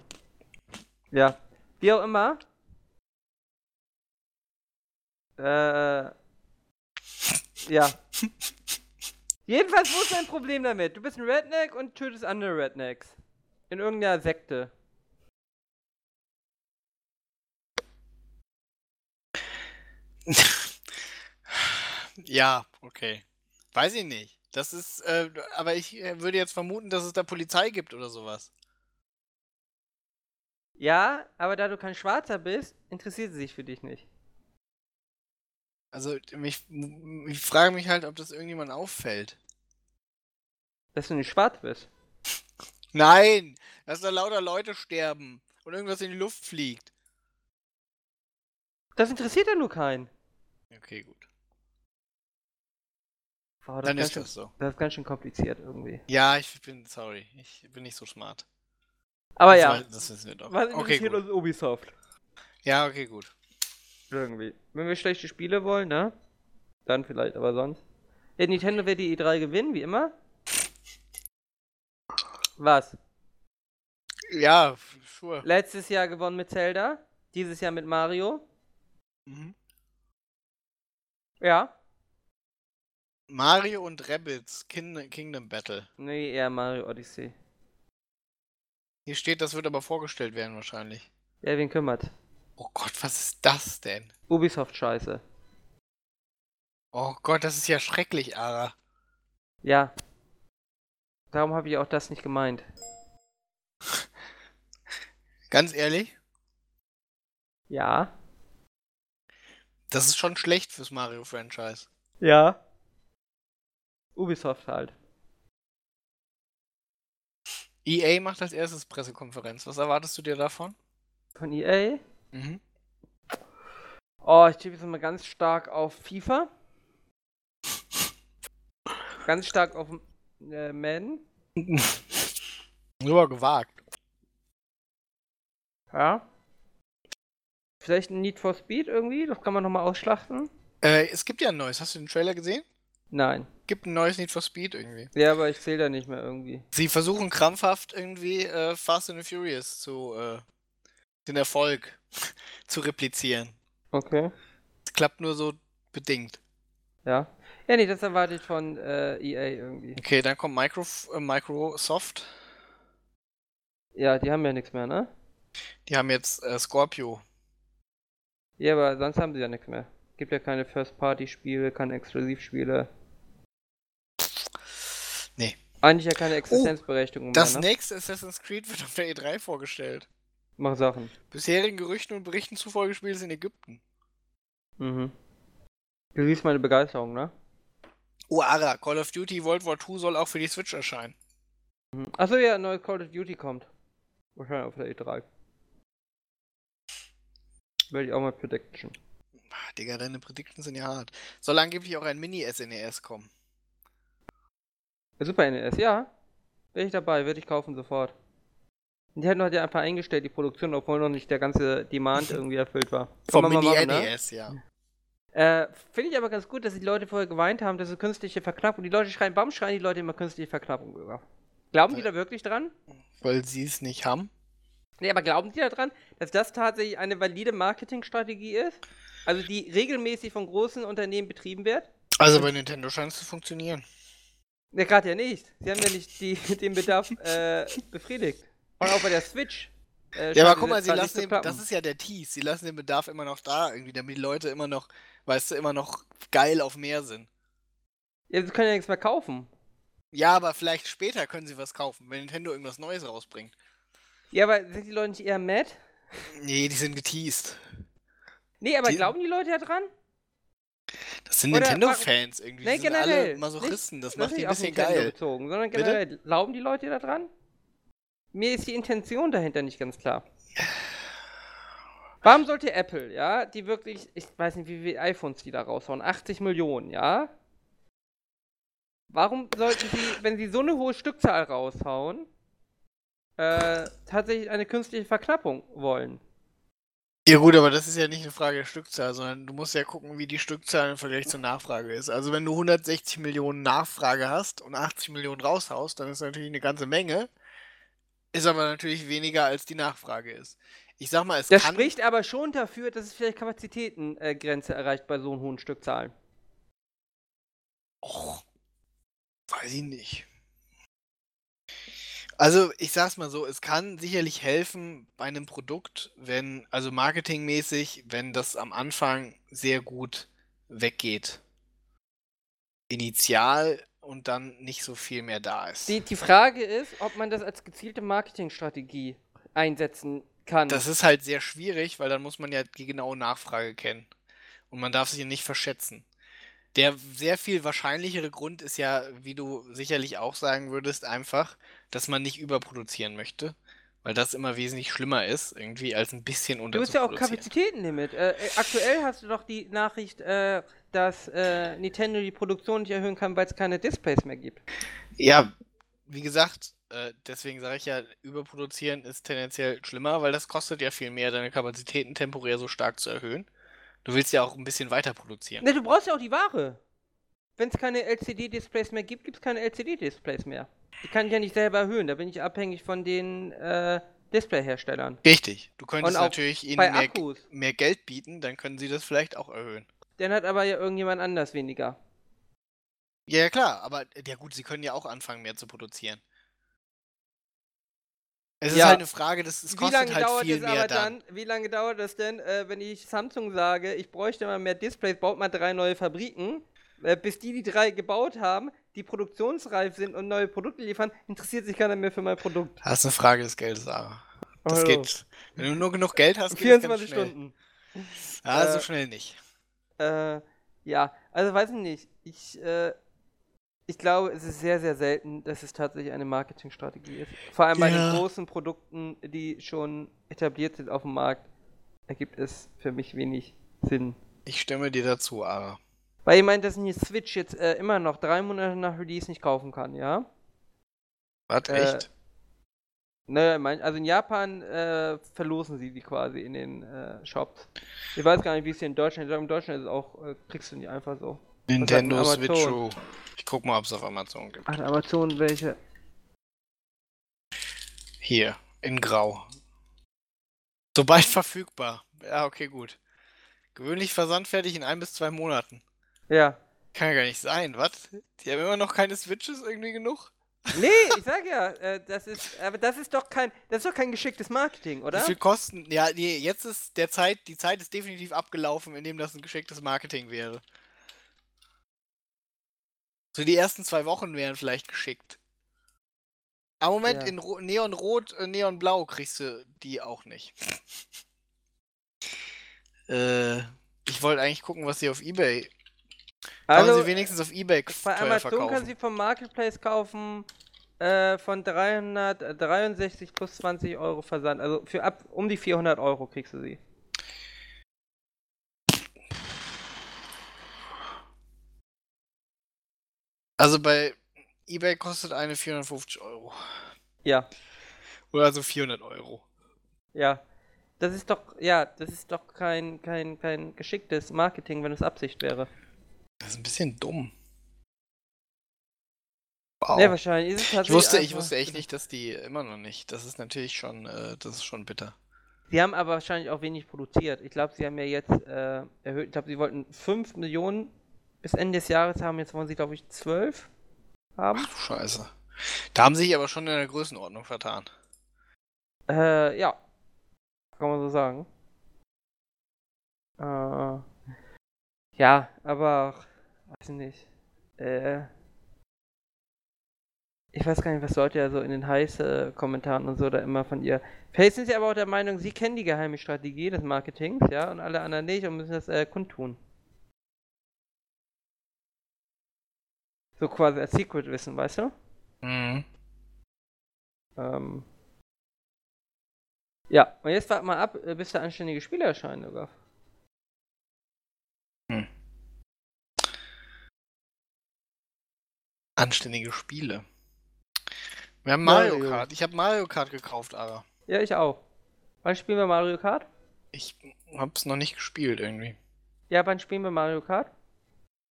Ja. Wie auch immer. Äh. Ja. Jedenfalls, wo ist dein Problem damit? Du bist ein Redneck und tötest andere Rednecks. in irgendeiner Sekte. Ja, okay. Weiß ich nicht. Das ist, äh, aber ich äh, würde jetzt vermuten, dass es da Polizei gibt oder sowas. Ja, aber da du kein Schwarzer bist, interessiert sie sich für dich nicht. Also, mich, ich frage mich halt, ob das irgendjemand auffällt. Dass du nicht schwarz bist. Nein! Dass da lauter Leute sterben und irgendwas in die Luft fliegt. Das interessiert ja nur keinen. Okay, gut. Wow, Dann ganz ist schön, das so. das ist ganz schön kompliziert irgendwie. Ja, ich bin, sorry. Ich bin nicht so smart. Aber das Ah ja, wei- Das wissen wir doch. was Okay, interessiert gut. uns Ubisoft? Ja, okay, gut. Irgendwie. Wenn wir schlechte Spiele wollen, ne? Dann vielleicht, aber sonst. Ja, Nintendo wird die E3 gewinnen, wie immer. Was? Ja, f- sure. Letztes Jahr gewonnen mit Zelda, dieses Jahr mit Mario. Mhm. Ja. Mario und Rabbids Kin Kingdom Battle. Nee, eher Mario Odyssey. Hier steht, das wird aber vorgestellt werden wahrscheinlich. Ja, wen kümmert? Oh Gott, was ist das denn? Ubisoft-Scheiße. Oh Gott, das ist ja schrecklich, Ara. Ja. Darum habe ich auch das nicht gemeint. Ganz ehrlich, Ja. das ist schon schlecht fürs Mario-Franchise. Ja. Ubisoft halt. EA E macht als erstes Pressekonferenz. Was erwartest du dir davon? Von E EA. Mhm. Oh, ich tippe jetzt mal ganz stark auf FIFA. Ganz stark auf äh, Madden. Nur gewagt. Ja. Vielleicht ein Need for Speed irgendwie, das kann man nochmal ausschlachten. Äh, es gibt ja ein neues. Hast du den Trailer gesehen? Nein. Gibt ein neues Need for Speed irgendwie. Ja, aber ich zähle da nicht mehr irgendwie. Sie versuchen krampfhaft irgendwie äh, Fast and the Furious zu äh, den Erfolg zu replizieren. Okay. Es klappt nur so bedingt. Ja. Ja, nee, das erwarte ich von äh, EA irgendwie. Okay, dann kommt Micro äh, Microsoft. Ja, die haben ja nichts mehr, ne? Die haben jetzt äh, Scorpio. Ja, aber sonst haben sie ja nichts mehr. Gibt ja keine First-Party-Spiele, keine Exklusivspiele. Nee. Eigentlich ja keine Existenzberechtigung Das mehr, ne? nächste Assassin's Creed wird auf der E3 vorgestellt. Mach Sachen. Bisherigen Gerüchten und Berichten zufolge spielt es in Ägypten. Mhm. Du siehst meine Begeisterung, ne? Oh, Ara, Call of Duty World War II soll auch für die Switch erscheinen. Mhm. Achso, ja, neues Call of Duty kommt. Wahrscheinlich auf der E E3. Werde ich auch mal Prediction. Ah, Digga, deine Predictions sind ja hart. Soll angeblich auch ein Mini-SNES kommen. Super NES, ja. Bin ich dabei, würde ich kaufen sofort. Und die hatten heute einfach eingestellt, die Produktion, obwohl noch nicht der ganze Demand irgendwie erfüllt war. Kann Vom E man mal machen, ne? Mini-NES, ja. Äh, Finde ich aber ganz gut, dass die Leute vorher geweint haben, dass es künstliche Verknappung. Die Leute schreien, warum schreien die Leute immer künstliche Verknappung über? Glauben die da wirklich dran? Weil sie es nicht haben. Nee, aber glauben die da dran, dass das tatsächlich eine valide Marketingstrategie ist? Also die regelmäßig von großen Unternehmen betrieben wird? Also bei Nintendo scheint es zu funktionieren. Ne, gerade ja nicht. Sie haben ja nicht die, den Bedarf äh, befriedigt. Und auch bei der Switch. äh, Ja, aber scheint guck mal, es sie zwar nicht lassen zu den, klappen. das ist ja der Tease, sie lassen den Bedarf immer noch da, irgendwie, damit die Leute immer noch, weißt du, immer noch geil auf mehr sind. Ja, sie können ja nichts mehr kaufen. Ja, aber vielleicht später können sie was kaufen, wenn Nintendo irgendwas Neues rausbringt. Ja, aber sind die Leute nicht eher mad? Nee, die sind geteased. Nee, aber Die- glauben die Leute da dran? Das sind Oder Nintendo-Fans irgendwie. Nee, die sind generell. alle Masochisten, das Das macht ist die nicht ein auf bisschen Nintendo geil. bezogen, sondern Bitte? generell glauben die Leute da dran? Mir ist die Intention dahinter nicht ganz klar. Warum sollte Apple, ja, die wirklich, ich weiß nicht, wie viele iPhones die da raushauen, 80 Millionen, ja? Warum sollten sie, wenn sie so eine hohe Stückzahl raushauen, äh, tatsächlich eine künstliche Verknappung wollen? Ja gut, aber das ist ja nicht eine Frage der Stückzahl, sondern du musst ja gucken, wie die Stückzahl im Vergleich zur Nachfrage ist. Also wenn du 160 Millionen Nachfrage hast und 80 Millionen raushaust, dann ist natürlich eine ganze Menge, ist aber natürlich weniger als die Nachfrage ist. Ich sag mal, es Das kann. spricht aber schon dafür, dass es vielleicht Kapazitätengrenze äh, Grenze erreicht bei so hohen Stückzahlen. Och, weiß ich nicht. Also ich sag's mal so, es kann sicherlich helfen bei einem Produkt, wenn, also marketingmäßig, wenn das am Anfang sehr gut weggeht. Initial und dann nicht so viel mehr da ist. Die, die Frage ist, ob man das als gezielte Marketingstrategie einsetzen kann. Das ist halt sehr schwierig, weil dann muss man ja die genaue Nachfrage kennen. Und man darf sich nicht verschätzen. Der sehr viel wahrscheinlichere Grund ist ja, wie du sicherlich auch sagen würdest, einfach, dass man nicht überproduzieren möchte, weil das immer wesentlich schlimmer ist, irgendwie, als ein bisschen du musst ja auch Kapazitätenlimit. Äh, äh, aktuell hast du doch die Nachricht, äh, dass äh, Nintendo die Produktion nicht erhöhen kann, weil es keine Displays mehr gibt. Ja, wie gesagt, äh, deswegen sage ich ja, überproduzieren ist tendenziell schlimmer, weil das kostet ja viel mehr, deine Kapazitäten temporär so stark zu erhöhen. Du willst ja auch ein bisschen weiter produzieren. Ne, du brauchst ja auch die Ware. Wenn es keine LCD-Displays mehr gibt, gibt es keine LCD-Displays mehr. Die kann ich ja nicht selber erhöhen, da bin ich abhängig von den äh, Display-Herstellern. Richtig. Du könntest Und auch natürlich ihnen bei mehr, Akkus. mehr Geld bieten, dann können sie das vielleicht auch erhöhen. Dann hat aber ja irgendjemand anders weniger. Ja, ja, klar, aber äh, ja gut, sie können ja auch anfangen, mehr zu produzieren. Es ist Ja. halt eine Frage, das, es Wie kostet lange halt dauert viel es aber mehr dann. dann? Wie lange dauert das denn, äh, wenn ich Samsung sage, ich bräuchte mal mehr Displays, baut mal drei neue Fabriken, äh, bis die die drei gebaut haben, die produktionsreif sind und neue Produkte liefern, interessiert sich keiner mehr für mein Produkt. Das ist eine Frage des Geldes, Sarah. Das Also, geht. Wenn du nur genug Geld hast, geht 24 das ganz Stunden. Schnell. Ja, so Äh, schnell nicht. Äh, ja, also weiß ich nicht. Ich, äh, ich glaube, es ist sehr, sehr selten, dass es tatsächlich eine Marketingstrategie ist. Vor allem bei Ja. den großen Produkten, die schon etabliert sind auf dem Markt, ergibt es für mich wenig Sinn. Ich stimme dir dazu, Ara. Weil ihr meint, dass ich die Switch jetzt äh, immer noch drei Monate nach Release nicht kaufen kann, ja? Was, Äh, echt? Naja, mein, also in Japan äh, verlosen sie die quasi in den äh, Shops. Ich weiß gar nicht, wie es hier in Deutschland ist. aber In Deutschland ist es auch, äh, kriegst du nicht einfach so. Nintendo was hat denn Switch U. Amazon? Ich guck mal, ob es auf Amazon gibt. An Amazon welche? Hier, in Grau. Sobald verfügbar. Ja, okay, gut. Gewöhnlich versandfertig in ein bis zwei Monaten. Ja. Kann ja gar nicht sein, was? Die haben immer noch keine Switches irgendwie genug? Nee, ich sag ja, äh, das ist, aber das ist doch kein, das ist doch kein geschicktes Marketing, oder? Wie viel kosten? Ja, nee, jetzt ist der Zeit, die Zeit ist definitiv abgelaufen, indem das ein geschicktes Marketing wäre. So die ersten zwei Wochen wären vielleicht geschickt. Aber Moment, Ja. in Ro Neonrot, äh, Neonblau kriegst du die auch nicht. äh, ich wollte eigentlich gucken, was sie auf Ebay. Kann man sie wenigstens auf Ebay k- bei teuer Amazon verkaufen? kann sie vom Marketplace kaufen äh, von 363 plus 20 Euro Versand. Also für ab um die 400 Euro kriegst du sie. Also bei Ebay kostet eine 450 Euro. Ja, Oder so 400 Euro. ja. Das ist doch, ja, das ist doch kein, kein, kein geschicktes Marketing, wenn es Absicht wäre. Das ist ein bisschen dumm. Nee, Wow. wahrscheinlich ist es Ich tatsächlich wusste, ich einfach- wusste echt nicht, dass die immer noch nicht. Das ist natürlich schon, äh, das ist schon bitter. Sie haben aber wahrscheinlich auch wenig produziert. Ich glaube, sie haben ja jetzt äh, erhöht, ich glaube, sie wollten 5 Millionen bis Ende des Jahres haben, jetzt wollen sie, glaube ich, 12 haben. Ach du Scheiße. Da haben sie sich aber schon in der Größenordnung vertan. Äh, ja. Kann man so sagen. Äh, ja, aber weiß nicht. Äh, ich weiß gar nicht, was Leute ja so in den heiße Kommentaren und so da immer von ihr. Vielleicht sind sie aber auch der Meinung, sie kennen die geheime Strategie des Marketings, ja, und alle anderen nicht und müssen das äh, kundtun. So quasi als Secret wissen, weißt du? Mhm. Ähm. Ja, und jetzt wart mal ab, äh, bis da anständige Spieler erscheinen sogar. Anständige Spiele. Wir haben Mario. Mario Kart. Ich habe Mario Kart gekauft, aber Ja, ich auch. Wann spielen wir Mario Kart? ich hab's noch nicht gespielt irgendwie. Ja, wann spielen wir Mario Kart?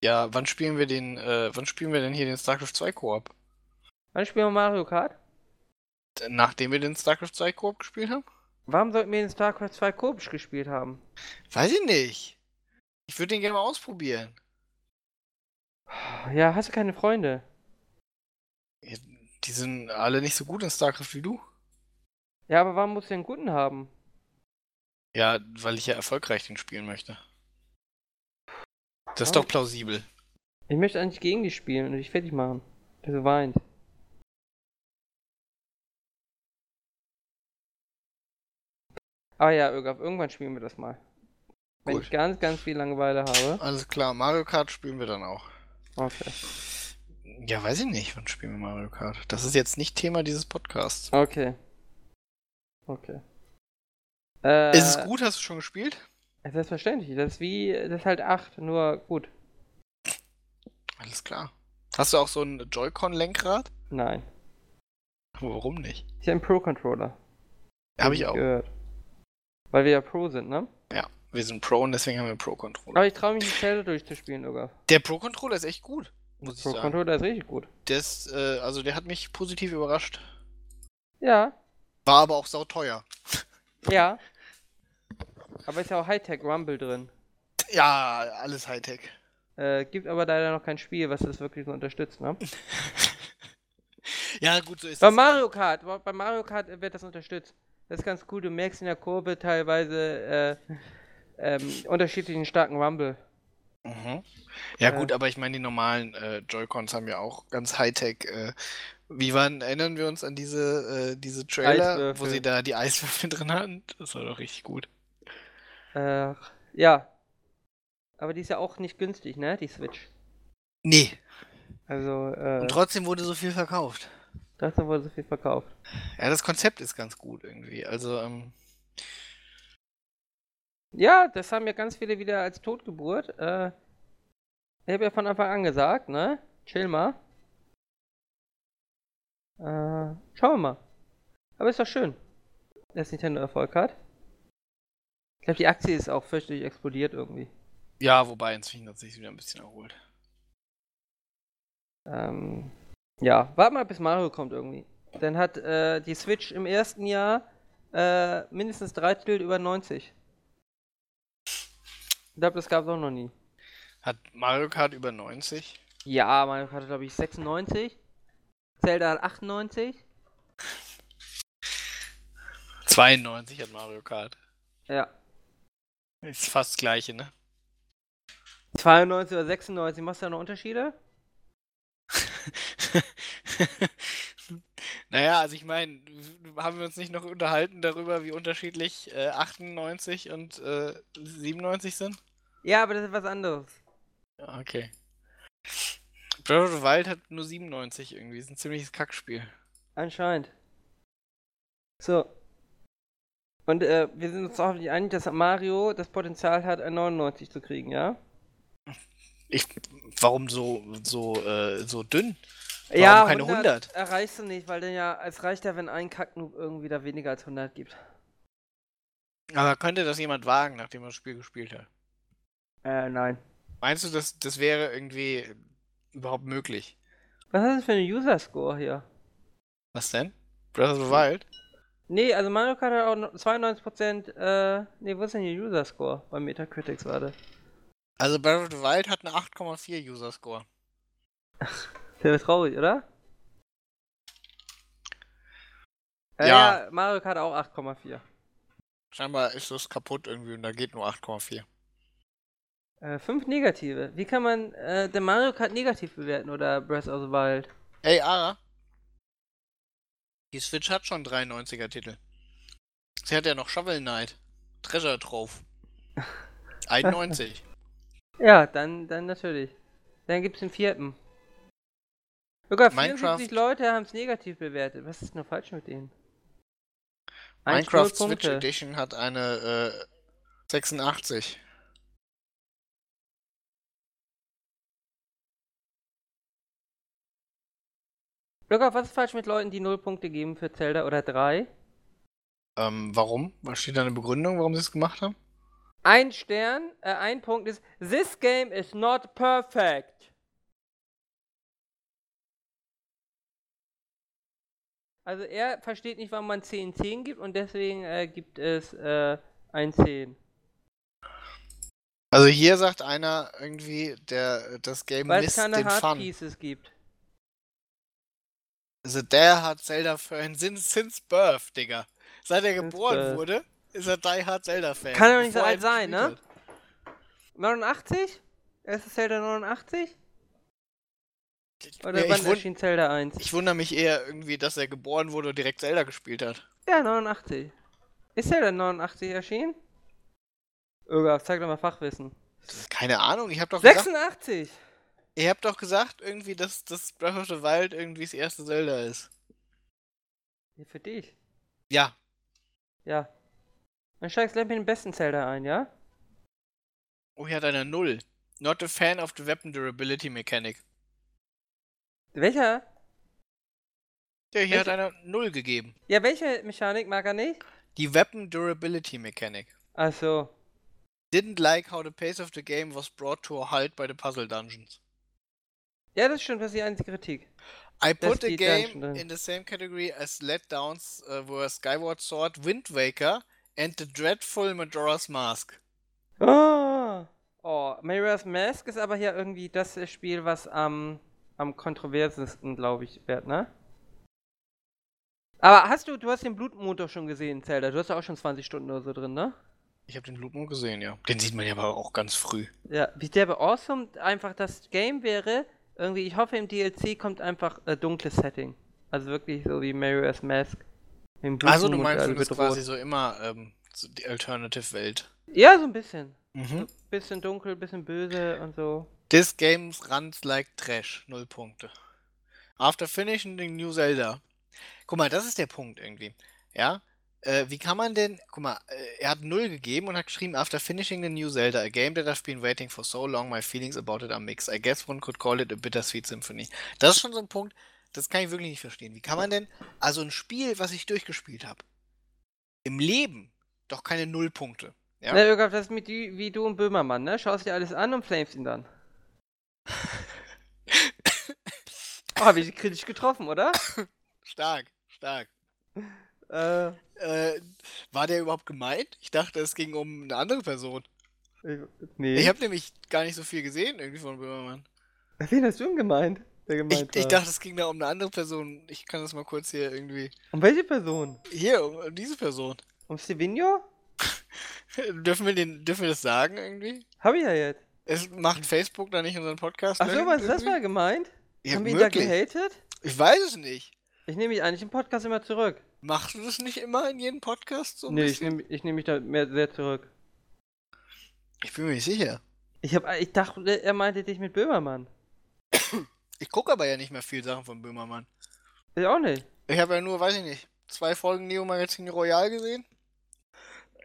Ja, wann spielen wir den, äh, wann spielen wir denn hier den StarCraft 2 Koop? Wann spielen wir Mario Kart? Nachdem wir den StarCraft 2 Koop gespielt haben? Warum sollten wir den StarCraft 2 Koop gespielt haben? Weiß ich nicht. Ich würde den gerne mal ausprobieren. Ja, hast du keine Freunde? Ja, Die sind alle nicht so gut in StarCraft wie du. Ja, aber warum muss ich einen guten haben? Ja, weil ich ja erfolgreich den spielen möchte. Das ist doch plausibel. Ich möchte eigentlich gegen die spielen und dich fertig machen. Der so weint. Ah ja, Irgaf, irgendwann spielen wir das mal. Wenn Gut. ich ganz, ganz viel Langeweile habe. Alles klar, Mario Kart spielen wir dann auch. Okay. Ja, weiß ich nicht, wann spielen wir Mario Kart. Das ist jetzt nicht Thema dieses Podcasts. Okay. Okay. Äh, ist es gut? Hast du schon gespielt? Selbstverständlich. Das ist wie, das ist halt 8, nur gut. Alles klar. Hast du auch so ein Joy-Con-Lenkrad? Nein. Warum nicht? Ich habe einen Pro-Controller. Habe ich auch. Gehört. Weil wir ja Pro sind, ne? Ja, wir sind Pro und deswegen haben wir einen Pro-Controller. Aber ich traue mich nicht Zelda durchzuspielen, Irgaf. Der Pro-Controller ist echt gut, muss ich sagen. Pro-Controller ist richtig gut. Das, äh, also der hat mich positiv überrascht. Ja, War aber auch sauteuer. ja. Aber ist ja auch Hightech Rumble drin. Ja, alles Hightech. Äh, gibt aber leider noch kein Spiel, was das wirklich so unterstützt, ne? Ja, gut, so ist Bei das. Mario Kart, wa- bei Mario Kart wird das unterstützt. Das ist ganz cool, du merkst in der Kurve teilweise äh, ähm, unterschiedlichen starken Rumble. Mhm. Ja, Äh. gut, aber ich meine, die normalen äh, Joy-Cons haben ja auch ganz Hightech. Äh, wie waren, erinnern wir uns an diese, äh, diese Trailer, wo Eiswürfel. sie da die Eiswürfel drin hatten? Das war doch richtig gut. Äh, ja. Aber die ist ja auch nicht günstig, ne? Die Switch. Nee. Also, äh, Und trotzdem wurde so viel verkauft. trotzdem wurde so viel verkauft. Ja, das Konzept ist ganz gut irgendwie. Also, ähm, Ja, das haben ja ganz viele wieder als Totgeburt. Äh, ich habe ja von Anfang an gesagt, ne? Chill mal. Äh, schauen wir mal. Aber ist doch schön, dass Nintendo Erfolg hat. Ich glaube, die Aktie ist auch fürchterlich explodiert irgendwie. ja, wobei inzwischen hat sich wieder ein bisschen erholt. Ähm, ja, warte mal, bis Mario kommt irgendwie. Dann hat äh, die Switch im ersten Jahr äh, mindestens drei Titel über 90. Ich glaube, das gab es auch noch nie. Hat Mario Kart über 90? Ja, Mario Kart hat, glaube ich, 96. Zelda hat 98. 92 hat Mario Kart. Ja. Ist fast das gleiche, ne? 92 oder 96, machst du da noch Unterschiede? naja, also ich meine, haben wir uns nicht noch unterhalten darüber, wie unterschiedlich äh, 98 und äh, 97 sind? Ja, aber das ist was anderes. Ja, Okay. Breath of the Wild hat nur 97 irgendwie. Ist ein ziemliches Kackspiel. Anscheinend. So. Und äh, wir sind uns auch nicht einig, dass Mario das Potenzial hat, ein 99 zu kriegen, ja? Ich, warum so, so, äh, so dünn? Warum ja, keine 100? erreichst du nicht, weil dann ja, es reicht ja, wenn ein Kacknoob irgendwie da weniger als 100 gibt. Aber könnte das jemand wagen, nachdem er das Spiel gespielt hat? Äh, nein. Meinst du, das, das wäre irgendwie überhaupt möglich? Was ist das für eine User-Score hier? Was denn? Breath of the Wild? Nee, also Mario Kart hat auch noch 92%, äh, nee, wo ist denn hier User Score? Bei Metacritics war das. Also Breath of the Wild hat eine 8,4 User-Score. Sehr traurig, oder? Äh, Ja. ja, Mario Kart auch 8,4. Scheinbar ist das kaputt irgendwie und da geht nur 8,4. Äh, 5 negative. Wie kann man äh, den Mario Kart negativ bewerten oder Breath of the Wild? Hey, Ara. Die Switch hat schon 93er Titel. Sie hat ja noch Shovel Knight. Treasure drauf. 91. Ja, dann, dann natürlich. Dann gibt's den vierten. Sogar Minecraft- 74 Leute haben es negativ bewertet. Was ist denn falsch mit denen? Eins, null Minecraft Switch Punkte. Edition hat eine äh, 86. Luca, was ist falsch mit Leuten, die 0 Punkte geben für Zelda oder 3? Ähm, warum? Was steht da eine Begründung, warum sie es gemacht haben? Ein Stern, äh, ein Punkt ist, this game is not perfect. Also er versteht nicht, warum man 10 10 gibt und deswegen äh, gibt es äh, ein 10. Also hier sagt einer irgendwie, der das Game Weil es misst keine den Hard Fun. Pieces gibt. Also der hat Zelda Fan since, since birth, Digga. Seit er Since geboren birth. wurde, ist er Die Hard Zelda Fan. Kann er nicht so Bevor alt ihn sein, ne? gespielt hat. 89? Erstes Zelda 89? Oder Nee, ich, wann wund, erschien Zelda 1? ich wundere mich eher irgendwie, dass er geboren wurde und direkt Zelda gespielt hat. Ja, 89. Ist Zelda 89 erschienen? Irga, zeig doch mal Fachwissen. Keine Ahnung, ich habe doch gesagt, 86! ihr habt doch gesagt irgendwie, dass das Breath of the Wild irgendwie das erste Zelda ist. Ja, für dich. Ja, Ja. Dann steigst gleich mit dem besten Zelda ein, ja? oh, hier hat einer Null. Not a fan of the weapon durability mechanic. Welcher? Ja, hier hat Welche- einer Null gegeben. Ja, welche Mechanik mag er nicht? Also. Die weapon durability mechanic. Ach so. Didn't like how the pace of the game was brought to a halt by the puzzle dungeons. Ja, das stimmt, das ist die einzige Kritik. I Das put the geht game dann schon. in the same category as letdowns uh, were Skyward Sword, Wind Waker and the dreadful Majora's Mask. Oh, oh Majora's Mask ist aber hier irgendwie das Spiel, was am, am kontroversesten, glaube ich, wird, ne? Aber hast du, du hast den Blutmond doch schon gesehen, Zelda. Du hast ja auch schon 20 Stunden oder so drin, ne? Ich habe den Blutmond gesehen, ja. Den sieht man ja aber auch ganz früh. Ja, wie der bei Awesome einfach das Game wäre, irgendwie, ich hoffe im DLC kommt einfach äh, dunkles Setting. Also wirklich so wie Majora's Mask. Im Also du Blutmond, meinst, alle du bist bedroht. quasi so immer ähm, so die Alternative-Welt. Ja, so ein bisschen. Mhm. Bisschen dunkel, bisschen böse und so. This game runs like trash. Null Punkte. After finishing the New Zelda. Guck mal, das ist der Punkt irgendwie. Ja? Äh, wie kann man denn. Guck mal, äh, er hat Null gegeben und hat geschrieben: After finishing the New Zelda, a game that I've been waiting for so long, my feelings about it are mixed. I guess one could call it a bittersweet symphony. Das ist schon so ein Punkt, das kann ich wirklich nicht verstehen. Wie kann man denn. Also ein Spiel, was ich durchgespielt habe, im Leben doch keine Nullpunkte. Ja. Na, Jürgen, das ist mit die, wie du und Böhmermann, ne? Schaust dir alles an und flamest ihn dann. oh, hab ich dich kritisch getroffen, oder? Stark, stark. äh, Äh, war der überhaupt gemeint? Ich dachte, es ging um eine andere Person. ich, nee. Ich habe nämlich gar nicht so viel gesehen irgendwie von Böhmermann. Wen hast du denn gemeint? Der Ich, gemeint ich war? dachte, es ging da um eine andere Person. Ich kann das mal kurz hier irgendwie. Um welche Person? Hier, um, um diese Person. Um Stevino? dürfen, wir den, dürfen wir das sagen irgendwie? Hab ich ja jetzt. Es macht Facebook da nicht unseren Podcast. Ach so, ne? was ist das Irgendwie? mal gemeint? Ja, Haben wir ihn da möglich. gehatet? Ich weiß es nicht. Ich nehme mich eigentlich im Podcast immer zurück. Machst du das nicht immer in jedem Podcast? So ein nee, ich bisschen? nehme ich nehm mich da mehr, sehr zurück. ich bin mir nicht sicher. Ich, hab, ich dachte, er meinte dich mit Böhmermann. Ich gucke aber ja nicht mehr viel Sachen von Böhmermann. Ich auch nicht. Ich habe ja nur, weiß ich nicht, zwei Folgen Neo Magazin Royal gesehen.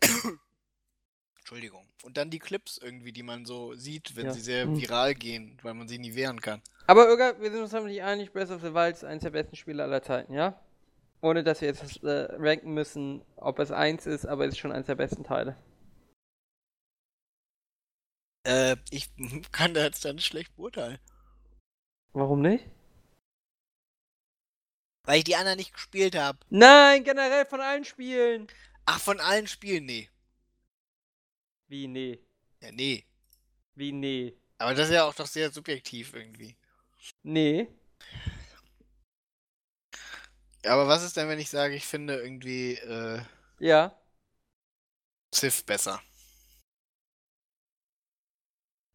Entschuldigung. Und dann die Clips irgendwie, die man so sieht, wenn Ja. sie sehr Mhm. viral gehen, weil man sie nie wehren kann. Aber Irga, wir sind uns nämlich einig, Breath of the Wild ist eines der besten Spiele aller Zeiten, ja? Ohne dass wir jetzt äh, ranken müssen, ob es eins ist, aber es ist schon eines der besten Teile. Äh, ich kann da jetzt dann schlecht beurteilen. Warum nicht? Weil ich die anderen nicht gespielt habe. Nein, generell von allen Spielen! Ach, von allen Spielen? Nee. Wie nee. Ja, nee. Wie nee. Aber das ist ja auch doch sehr subjektiv irgendwie. Nee. Aber was ist denn, wenn ich sage, ich finde irgendwie äh, Ja. Civ besser?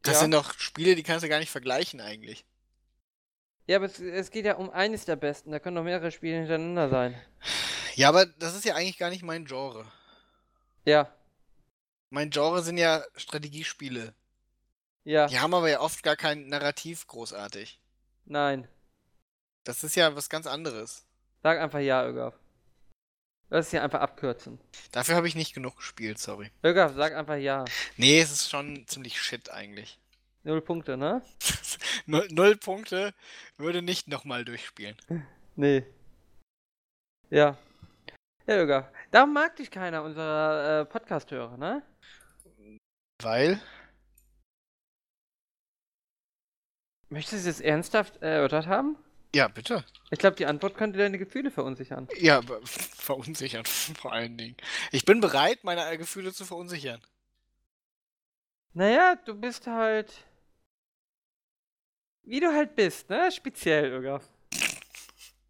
Das ja. sind doch Spiele, die kannst du gar nicht vergleichen eigentlich. ja, aber es, es geht ja um eines der besten. Da können doch mehrere Spiele hintereinander sein. Ja, aber das ist ja eigentlich gar nicht mein Genre. Ja. Mein Genre sind ja Strategiespiele. Ja. Die haben aber ja oft gar kein Narrativ großartig. Nein. Das ist ja was ganz anderes. Sag einfach ja, Irga. Lass es hier einfach abkürzen. Dafür habe ich nicht genug gespielt, sorry. Irga, sag einfach ja. Nee, es ist schon ziemlich shit eigentlich. Null Punkte, ne? Null, null Punkte würde nicht nochmal durchspielen. Nee. Ja. Ja, Jürgen. Darum mag dich keiner unserer äh, Podcast-Hörer, ne? Weil? Möchtest du es jetzt ernsthaft äh, erörtert haben? Ja, bitte. Ich glaube, die Antwort könnte deine Gefühle verunsichern. Ja, aber verunsichert vor allen Dingen. Ich bin bereit, meine Gefühle zu verunsichern. Naja, du bist halt. Wie du halt bist, ne? Speziell, Jürgen.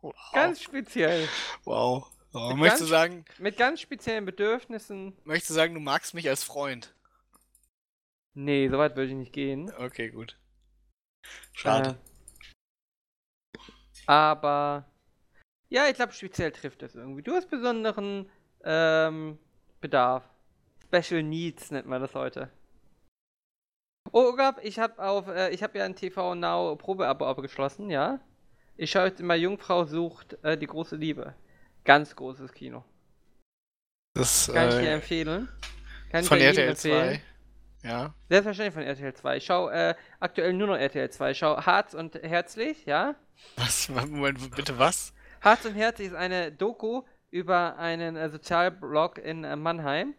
Wow. Ganz speziell. wow. Oh, Ganz- möchtest, du sagen, Mit ganz speziellen Bedürfnissen. möchtest du sagen, du magst mich als Freund? Nee, so weit würde ich nicht gehen. Okay, gut. Schade. Äh, aber ja, ich glaube, speziell trifft das irgendwie. Du hast besonderen ähm, Bedarf. Special Needs nennt man das heute. Oh, Gab, ich habe auf, äh, ich habe ja ein TV Now Probeabo abgeschlossen, ja. Ich schaue jetzt immer Jungfrau sucht äh, die große Liebe. Ganz großes Kino. Das Kann ich dir äh, empfehlen. Kann von ich dir jedem RTL empfehlen. 2. Ja. Selbstverständlich von RTL 2. Ich schaue äh, aktuell nur noch RTL 2. Ich schaue Harz und Herzlich, ja. Was? Moment, bitte was? Harz und Herzlich ist eine Doku über einen äh, Sozialblog in äh, Mannheim.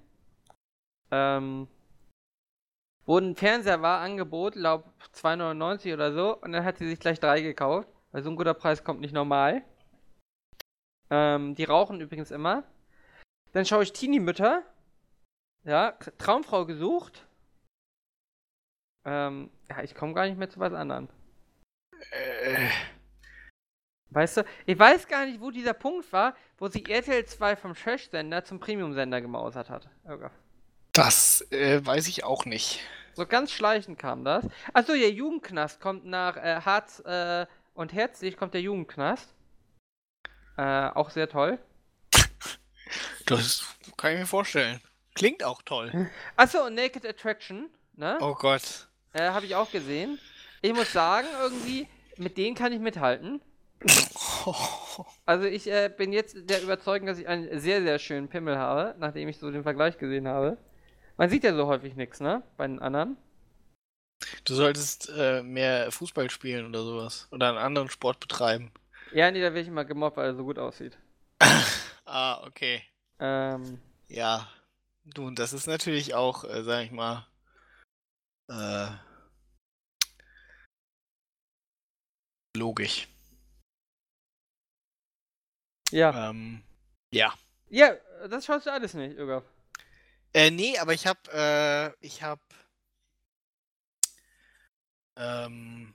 Ähm, wo ein Fernseher war, Angebot, glaub 2,99 oder so. Und dann hat sie sich gleich drei gekauft, weil so ein guter Preis kommt nicht normal. Ähm, die rauchen übrigens immer. Dann schaue ich Teenie-Mütter. Ja, K- Traumfrau gesucht. Ähm, ja, ich komme gar nicht mehr zu was anderem. Äh, Weißt du, ich weiß gar nicht, wo dieser Punkt war, wo sie RTL 2 vom Trash-Sender zum Premium-Sender gemausert hat. Oh Irrgard. das äh, weiß ich auch nicht. So ganz schleichend kam das. Achso, der Jugendknast kommt nach äh, Harz äh, und Herzlich kommt der Jugendknast. Äh, auch sehr toll. Das kann ich mir vorstellen. Klingt auch Hm? toll. Achso, und Naked Attraction, ne? Oh Gott. Äh, Habe ich auch gesehen. Ich muss sagen, irgendwie, mit denen kann ich mithalten. Also ich äh, bin jetzt der Überzeugung, dass ich einen sehr, sehr schönen Pimmel habe, nachdem ich so den Vergleich gesehen habe. Man sieht ja so häufig nichts, ne? Bei den anderen. Du solltest äh, mehr Fußball spielen oder sowas. Oder einen anderen Sport betreiben. Ja, nee, da werde ich immer gemobbt, weil er so gut aussieht. Ah, okay. Ähm, Ja. Nun, das ist natürlich auch, äh, sag ich mal, äh, logisch. ja. Ähm, ja. Ja, das schaust du alles nicht, Ögaf. Äh, nee, aber ich hab, äh, ich hab, ähm,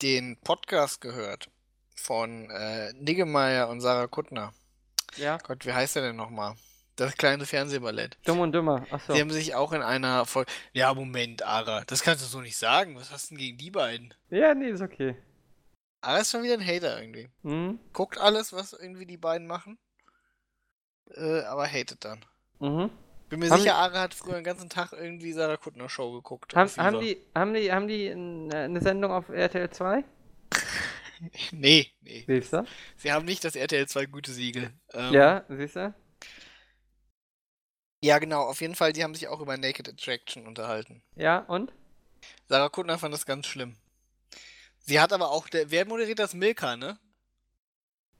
den Podcast gehört von äh, Niggemeier und Sarah Kuttner. Oh Ja. Gott, wie heißt der denn nochmal? Das kleine Fernsehballett. Dumm und dümmer. Achso. Sie haben sich auch in einer Folge. Ja, Moment, Ara, das kannst du so nicht sagen. Was hast du denn gegen die beiden? Ja, nee, ist okay. Ara ist schon wieder ein Hater irgendwie. Hm? Guckt alles, was irgendwie die beiden machen, äh, aber hatet dann. Mhm. Bin mir Haben sicher, die- Ara hat früher den ganzen Tag irgendwie Sarah Kuttner Show geguckt. Haben, auf haben Viva. die, haben die, haben die n- äh, eine Sendung auf RTL 2? Nee, nee. Siehst du? Sie haben nicht das RTL 2 gute Siegel. Ähm, Ja, siehst du? Ja, genau. Auf jeden Fall, die haben sich auch über Naked Attraction unterhalten. Ja, und? Sarah Kuttner fand das ganz schlimm. Sie hat aber auch, der, wer moderiert das? Milka, ne?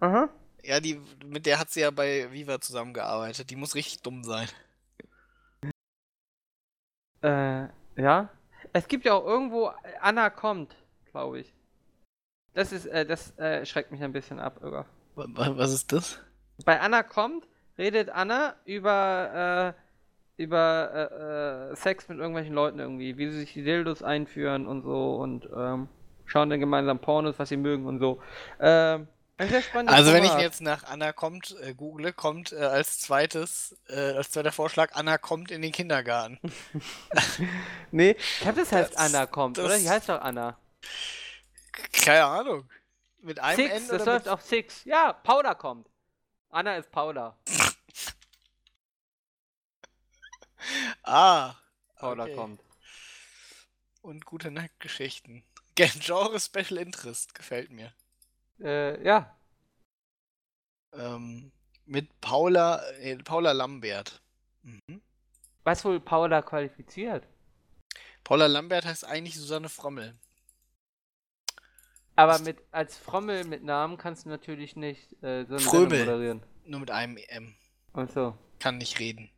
Aha. Ja, die, mit der hat sie ja bei Viva zusammengearbeitet. Die muss richtig dumm sein. Äh, ja. Es gibt ja auch irgendwo Anna kommt, glaube ich. Das ist, äh, das äh, schreckt mich ein bisschen ab, Ögaf. Wa- wa- Was ist das? Bei Anna kommt, redet Anna über, äh, über äh, äh, Sex mit irgendwelchen Leuten irgendwie, wie sie sich die Dildos einführen und so und ähm, schauen dann gemeinsam Pornos, was sie mögen und so. Ähm, ein sehr spannendes Also wenn ich Format. jetzt nach Anna kommt, äh, google, kommt äh, als zweites, äh, als zweiter Vorschlag, Anna kommt in den Kindergarten. Nee, ich glaube, das heißt Das- Anna kommt, das- oder? Die heißt doch Anna. Keine Ahnung. Mit einem Six, N das oder mit läuft auf Six. Ja, Paula kommt. Anna ist Paula. Ah. Paula okay. Oh, kommt. Und gute Nacktgeschichten. Gen- Genre Special Interest gefällt mir. Äh, ja. Ähm, mit Paula, äh, Paula Lambert. Mhm. Was wohl Paula qualifiziert? Paula Lambert heißt eigentlich Susanne Frommel. Aber mit, als Frommel mit Namen kannst du natürlich nicht äh, so eine Sendung Frömmel. moderieren. Nur mit einem M. Und so. Kann nicht reden.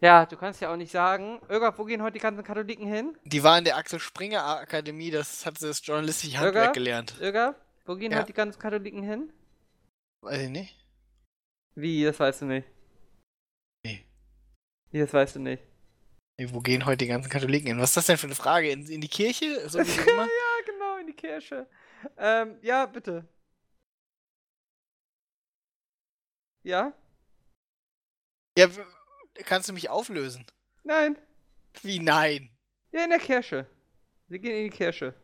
Ja, du kannst ja auch nicht sagen, Irgab, wo gehen heute die ganzen Katholiken hin? Die war in der Axel Springer Akademie, das hat sie das journalistische Bürger? Handwerk gelernt. Irgab, wo gehen Ja. heute die ganzen Katholiken hin? Weiß ich nicht. Wie, das weißt du nicht. Nee. Wie, das weißt du nicht. Nee, Wo gehen heute die ganzen Katholiken hin? Was ist das denn für eine Frage? In, in die Kirche? So wie immer? ja, genau, in in die Kirche. Ähm, ja, bitte. Ja? Ja, w- kannst du mich auflösen? Nein. Wie nein? Ja, in der Kirche. Wir gehen in die Kirche.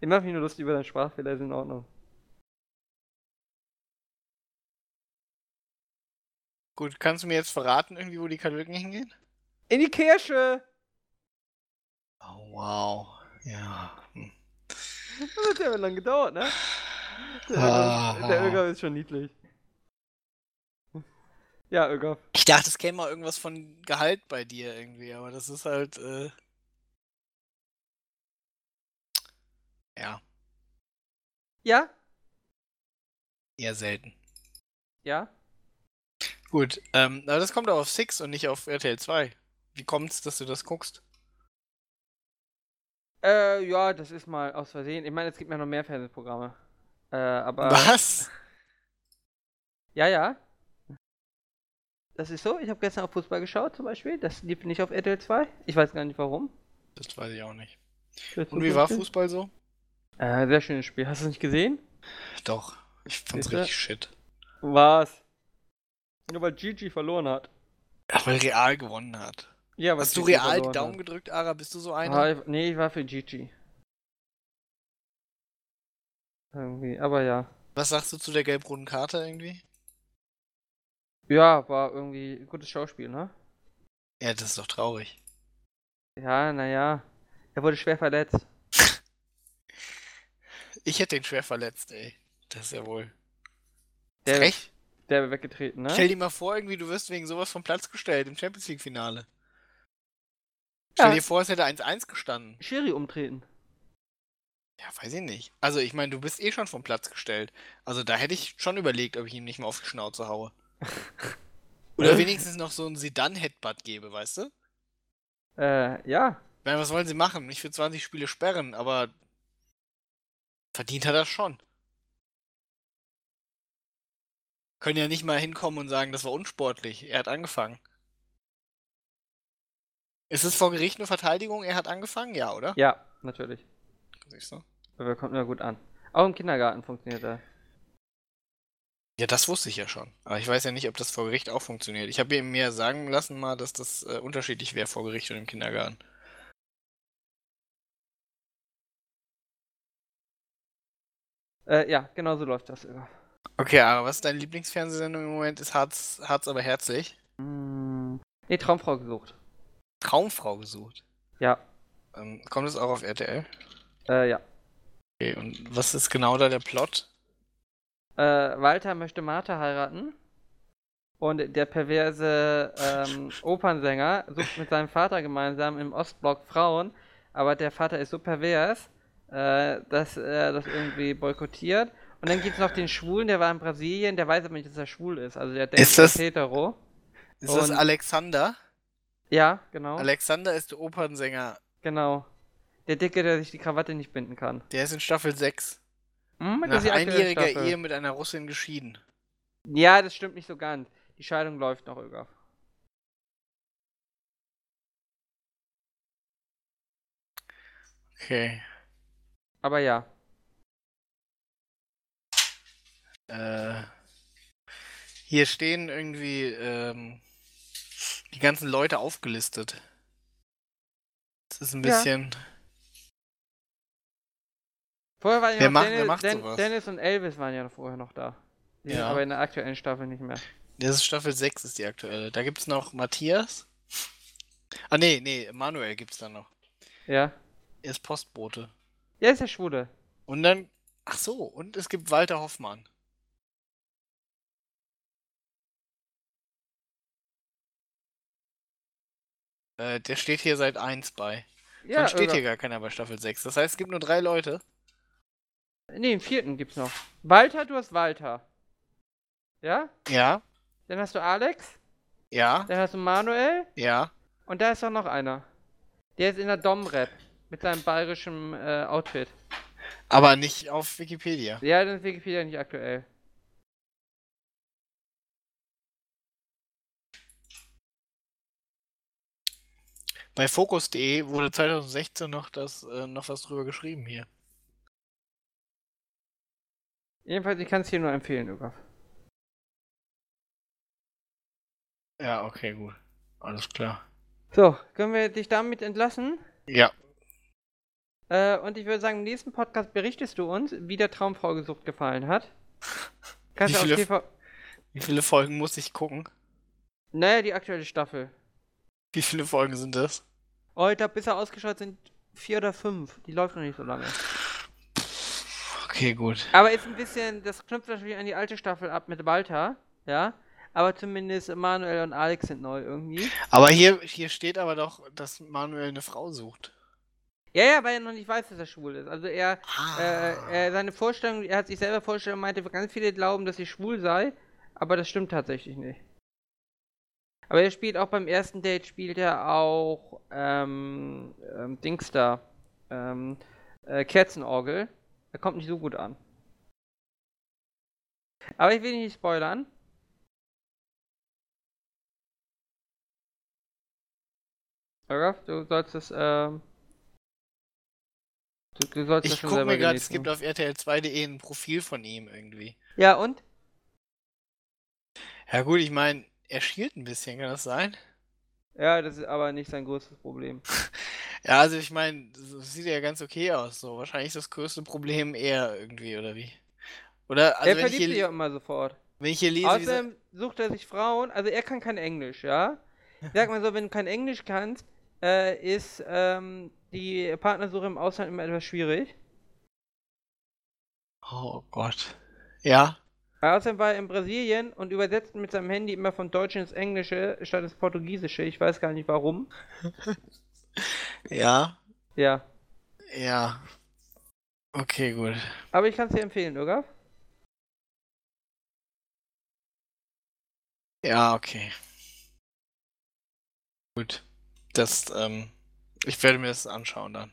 Ich mach mich nur lustig über deinen Sprachfehler, ist in Ordnung. Gut, kannst du mir jetzt verraten, irgendwie, wo die Katholiken hingehen? In die Kirche! Oh, wow. Ja. hm. Das hat ja aber lang gedauert, ne? Der Ah. Ögoff- Der Ögoff ist schon niedlich. Ja, Ögoff. Ich dachte, es käme mal irgendwas von Gehalt bei dir irgendwie, aber das ist halt. Äh... Ja, Ja? eher selten. Ja? Gut, ähm, aber das kommt auch auf Six und nicht auf RTL 2. Wie kommt's, dass du das guckst? Äh, ja, das ist mal aus Versehen. Ich meine, es gibt ja noch mehr Fernsehprogramme. Äh, aber. Was? Ja, ja. Das ist so. Ich habe gestern auf Fußball geschaut, zum Beispiel. Das lief nicht auf RTL 2. Ich weiß gar nicht warum. Das weiß ich auch nicht. Willst du Und wie war berichten? Fußball so? Äh, sehr schönes Spiel. Hast du es nicht gesehen? Doch, ich fand's Siehste? richtig shit. Was? Nur weil Gigi verloren hat. Ach, weil Real gewonnen hat. Ja, weil Hast du Gigi Real die verloren Daumen hat. gedrückt, Ara? Bist du so Ah, einer? ich, nee, ich war für Gigi. Irgendwie, aber ja. Was sagst du zu der gelb-roten Karte irgendwie? Ja, war irgendwie gutes Schauspiel, ne? Ja, das ist doch traurig. Ja, naja. Er wurde schwer verletzt. Ich hätte den schwer verletzt, ey. Das ist ja wohl. Der, Frech. der wird weggetreten, ne? Stell dir mal vor, irgendwie, du wirst wegen sowas vom Platz gestellt im Champions League-Finale. Ja. Stell dir vor, es hätte 1-1 gestanden. Schiri umtreten. Ja, weiß ich nicht. Also, ich meine, du bist eh schon vom Platz gestellt. Also, da hätte ich schon überlegt, ob ich ihm nicht mal auf die Schnauze haue. Oder wenigstens noch so einen Sedan-Headbutt gebe, weißt du? Äh, ja. Ich meine, was wollen sie machen? Mich für 20 Spiele sperren, aber verdient hat er schon. Können ja nicht mal hinkommen und sagen, das war unsportlich. Er hat angefangen. Ist es vor Gericht eine Verteidigung? Er hat angefangen? Ja, oder? Ja, natürlich. Siehst du? Aber kommt immer gut an. Auch im Kindergarten funktioniert er. Ja, das wusste ich ja schon. Aber ich weiß ja nicht, ob das vor Gericht auch funktioniert. Ich habe mir ja sagen lassen mal, dass das äh, unterschiedlich wäre vor Gericht und im Kindergarten. Äh, ja, genau so läuft das immer. Okay, aber was ist deine Lieblingsfernsehsendung im Moment? Ist Harz, Harz aber herzlich? Hm. Nee, Traumfrau gesucht. Traumfrau gesucht. Ja, Ähm, kommt es auch auf RTL? äh, ja. Okay, und was ist genau da der Plot? Äh, Walter möchte Martha heiraten. Und der perverse ähm, Opernsänger sucht mit seinem Vater gemeinsam im Ostblock Frauen. Aber der Vater ist so pervers, äh, dass er das irgendwie boykottiert. Und dann gibt es noch den Schwulen, der war in Brasilien, der weiß aber nicht, dass er schwul ist. Also der denkt, Ist das- er ist hetero. Ist das Und- Alexander? Ja, genau. Alexander ist der Opernsänger. Genau. Der Dicke, der sich die Krawatte nicht binden kann. Der ist in Staffel 6. Hm, das Nach ist die aktuelle einjähriger Staffel. Ehe mit einer Russin geschieden. Ja, das stimmt nicht so ganz. Die Scheidung läuft noch, Ögaf. Okay. Aber ja. Äh, hier stehen irgendwie ähm, die ganzen Leute aufgelistet. Das ist ein Ja. bisschen. Vorher waren ja Wer noch macht- Dennis, wer macht Den, sowas? Dennis und Elvis waren ja noch vorher noch da. Die sind Ja. aber in der aktuellen Staffel nicht mehr. Das ist Staffel 6 ist die aktuelle. Da gibt's noch Matthias. Ah, nee, nee, Manuel gibt's da noch. Ja. Er ist Postbote. Ja, ist der Schwule. Und dann. Ach so, und es gibt Walter Hoffmann. Äh, der steht hier seit 1 bei. Ja, Dann steht Ögaf. hier gar keiner bei Staffel 6. Das heißt, es gibt nur drei Leute. Nee, im vierten gibt's noch. Walter, du hast Walter. Ja? Ja, Dann hast du Alex, ja, dann hast du Manuel ja. und da ist doch noch einer. Der ist in der Domrep mit seinem bayerischen äh, Outfit. Aber nicht auf Wikipedia. Ja, dann ist Wikipedia nicht aktuell. Bei Focus.de wurde 2016 noch, das, äh, noch was drüber geschrieben hier. Jedenfalls, ich kann es hier nur empfehlen, Ugaf. Ja, okay, gut. Alles klar. So, können wir dich damit entlassen? Ja. Äh, und ich würde sagen, im nächsten Podcast berichtest du uns, wie der Traumfrau gesucht gefallen hat. Kannst Wie du auf viele- TV. Wie viele Folgen muss ich gucken? Naja, die aktuelle Staffel. Wie viele Folgen sind das? Oh, ich glaube, bisher ausgeschaut sind vier oder fünf. Die läuft noch nicht so lange. Okay, gut. Aber ist ein bisschen, das knüpft natürlich an die alte Staffel ab mit Walter, ja. Aber zumindest Manuel und Alex sind neu irgendwie. Aber hier, hier steht aber doch, dass Manuel eine Frau sucht. Ja, ja, weil er noch nicht weiß, dass er schwul ist. Also er, Ah. äh, er seine Vorstellung, er hat sich selber vorgestellt und meinte, ganz viele glauben, dass ich schwul sei, aber das stimmt tatsächlich nicht. Aber er spielt auch beim ersten Date spielt er auch ähm, ähm, Dings da, ähm, äh, Kerzenorgel. Er kommt nicht so gut an. Aber ich will nicht spoilern. Olaf, du sollst es, ähm, du, du sollst das ich schon gucke selber mir gerade, es genießen. gibt auf RTL2.de eh ein Profil von ihm irgendwie. Ja, und? Ja gut, ich meine, er schielt ein bisschen, kann das sein? Ja, das ist aber nicht sein größtes Problem. Ja, also ich meine, das sieht ja ganz okay aus. So, wahrscheinlich ist das größte Problem er irgendwie, oder wie? Oder, also er wenn ich verliebt hier, sich ja immer sofort. wenn ich hier lese, wie se- Außerdem sucht er sich Frauen, also er kann kein Englisch, ja? Ich Sag mal so, wenn du kein Englisch kannst, äh, ist ähm, die Partnersuche im Ausland immer etwas schwierig. Oh Gott. Ja, Außerdem war er in Brasilien und übersetzt mit seinem Handy immer von Deutsch ins Englische statt ins Portugiesische. Ich weiß gar nicht warum. ja, Ja. ja. Okay, gut. Aber ich kann es dir empfehlen, oder? Ja, okay. Gut. Das, ähm, ich werde mir das anschauen dann.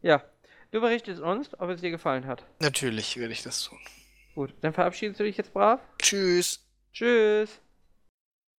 Ja. Du berichtest uns, ob es dir gefallen hat. Natürlich werde ich das tun. Gut, dann verabschiedest du dich jetzt brav. Tschüss. Tschüss.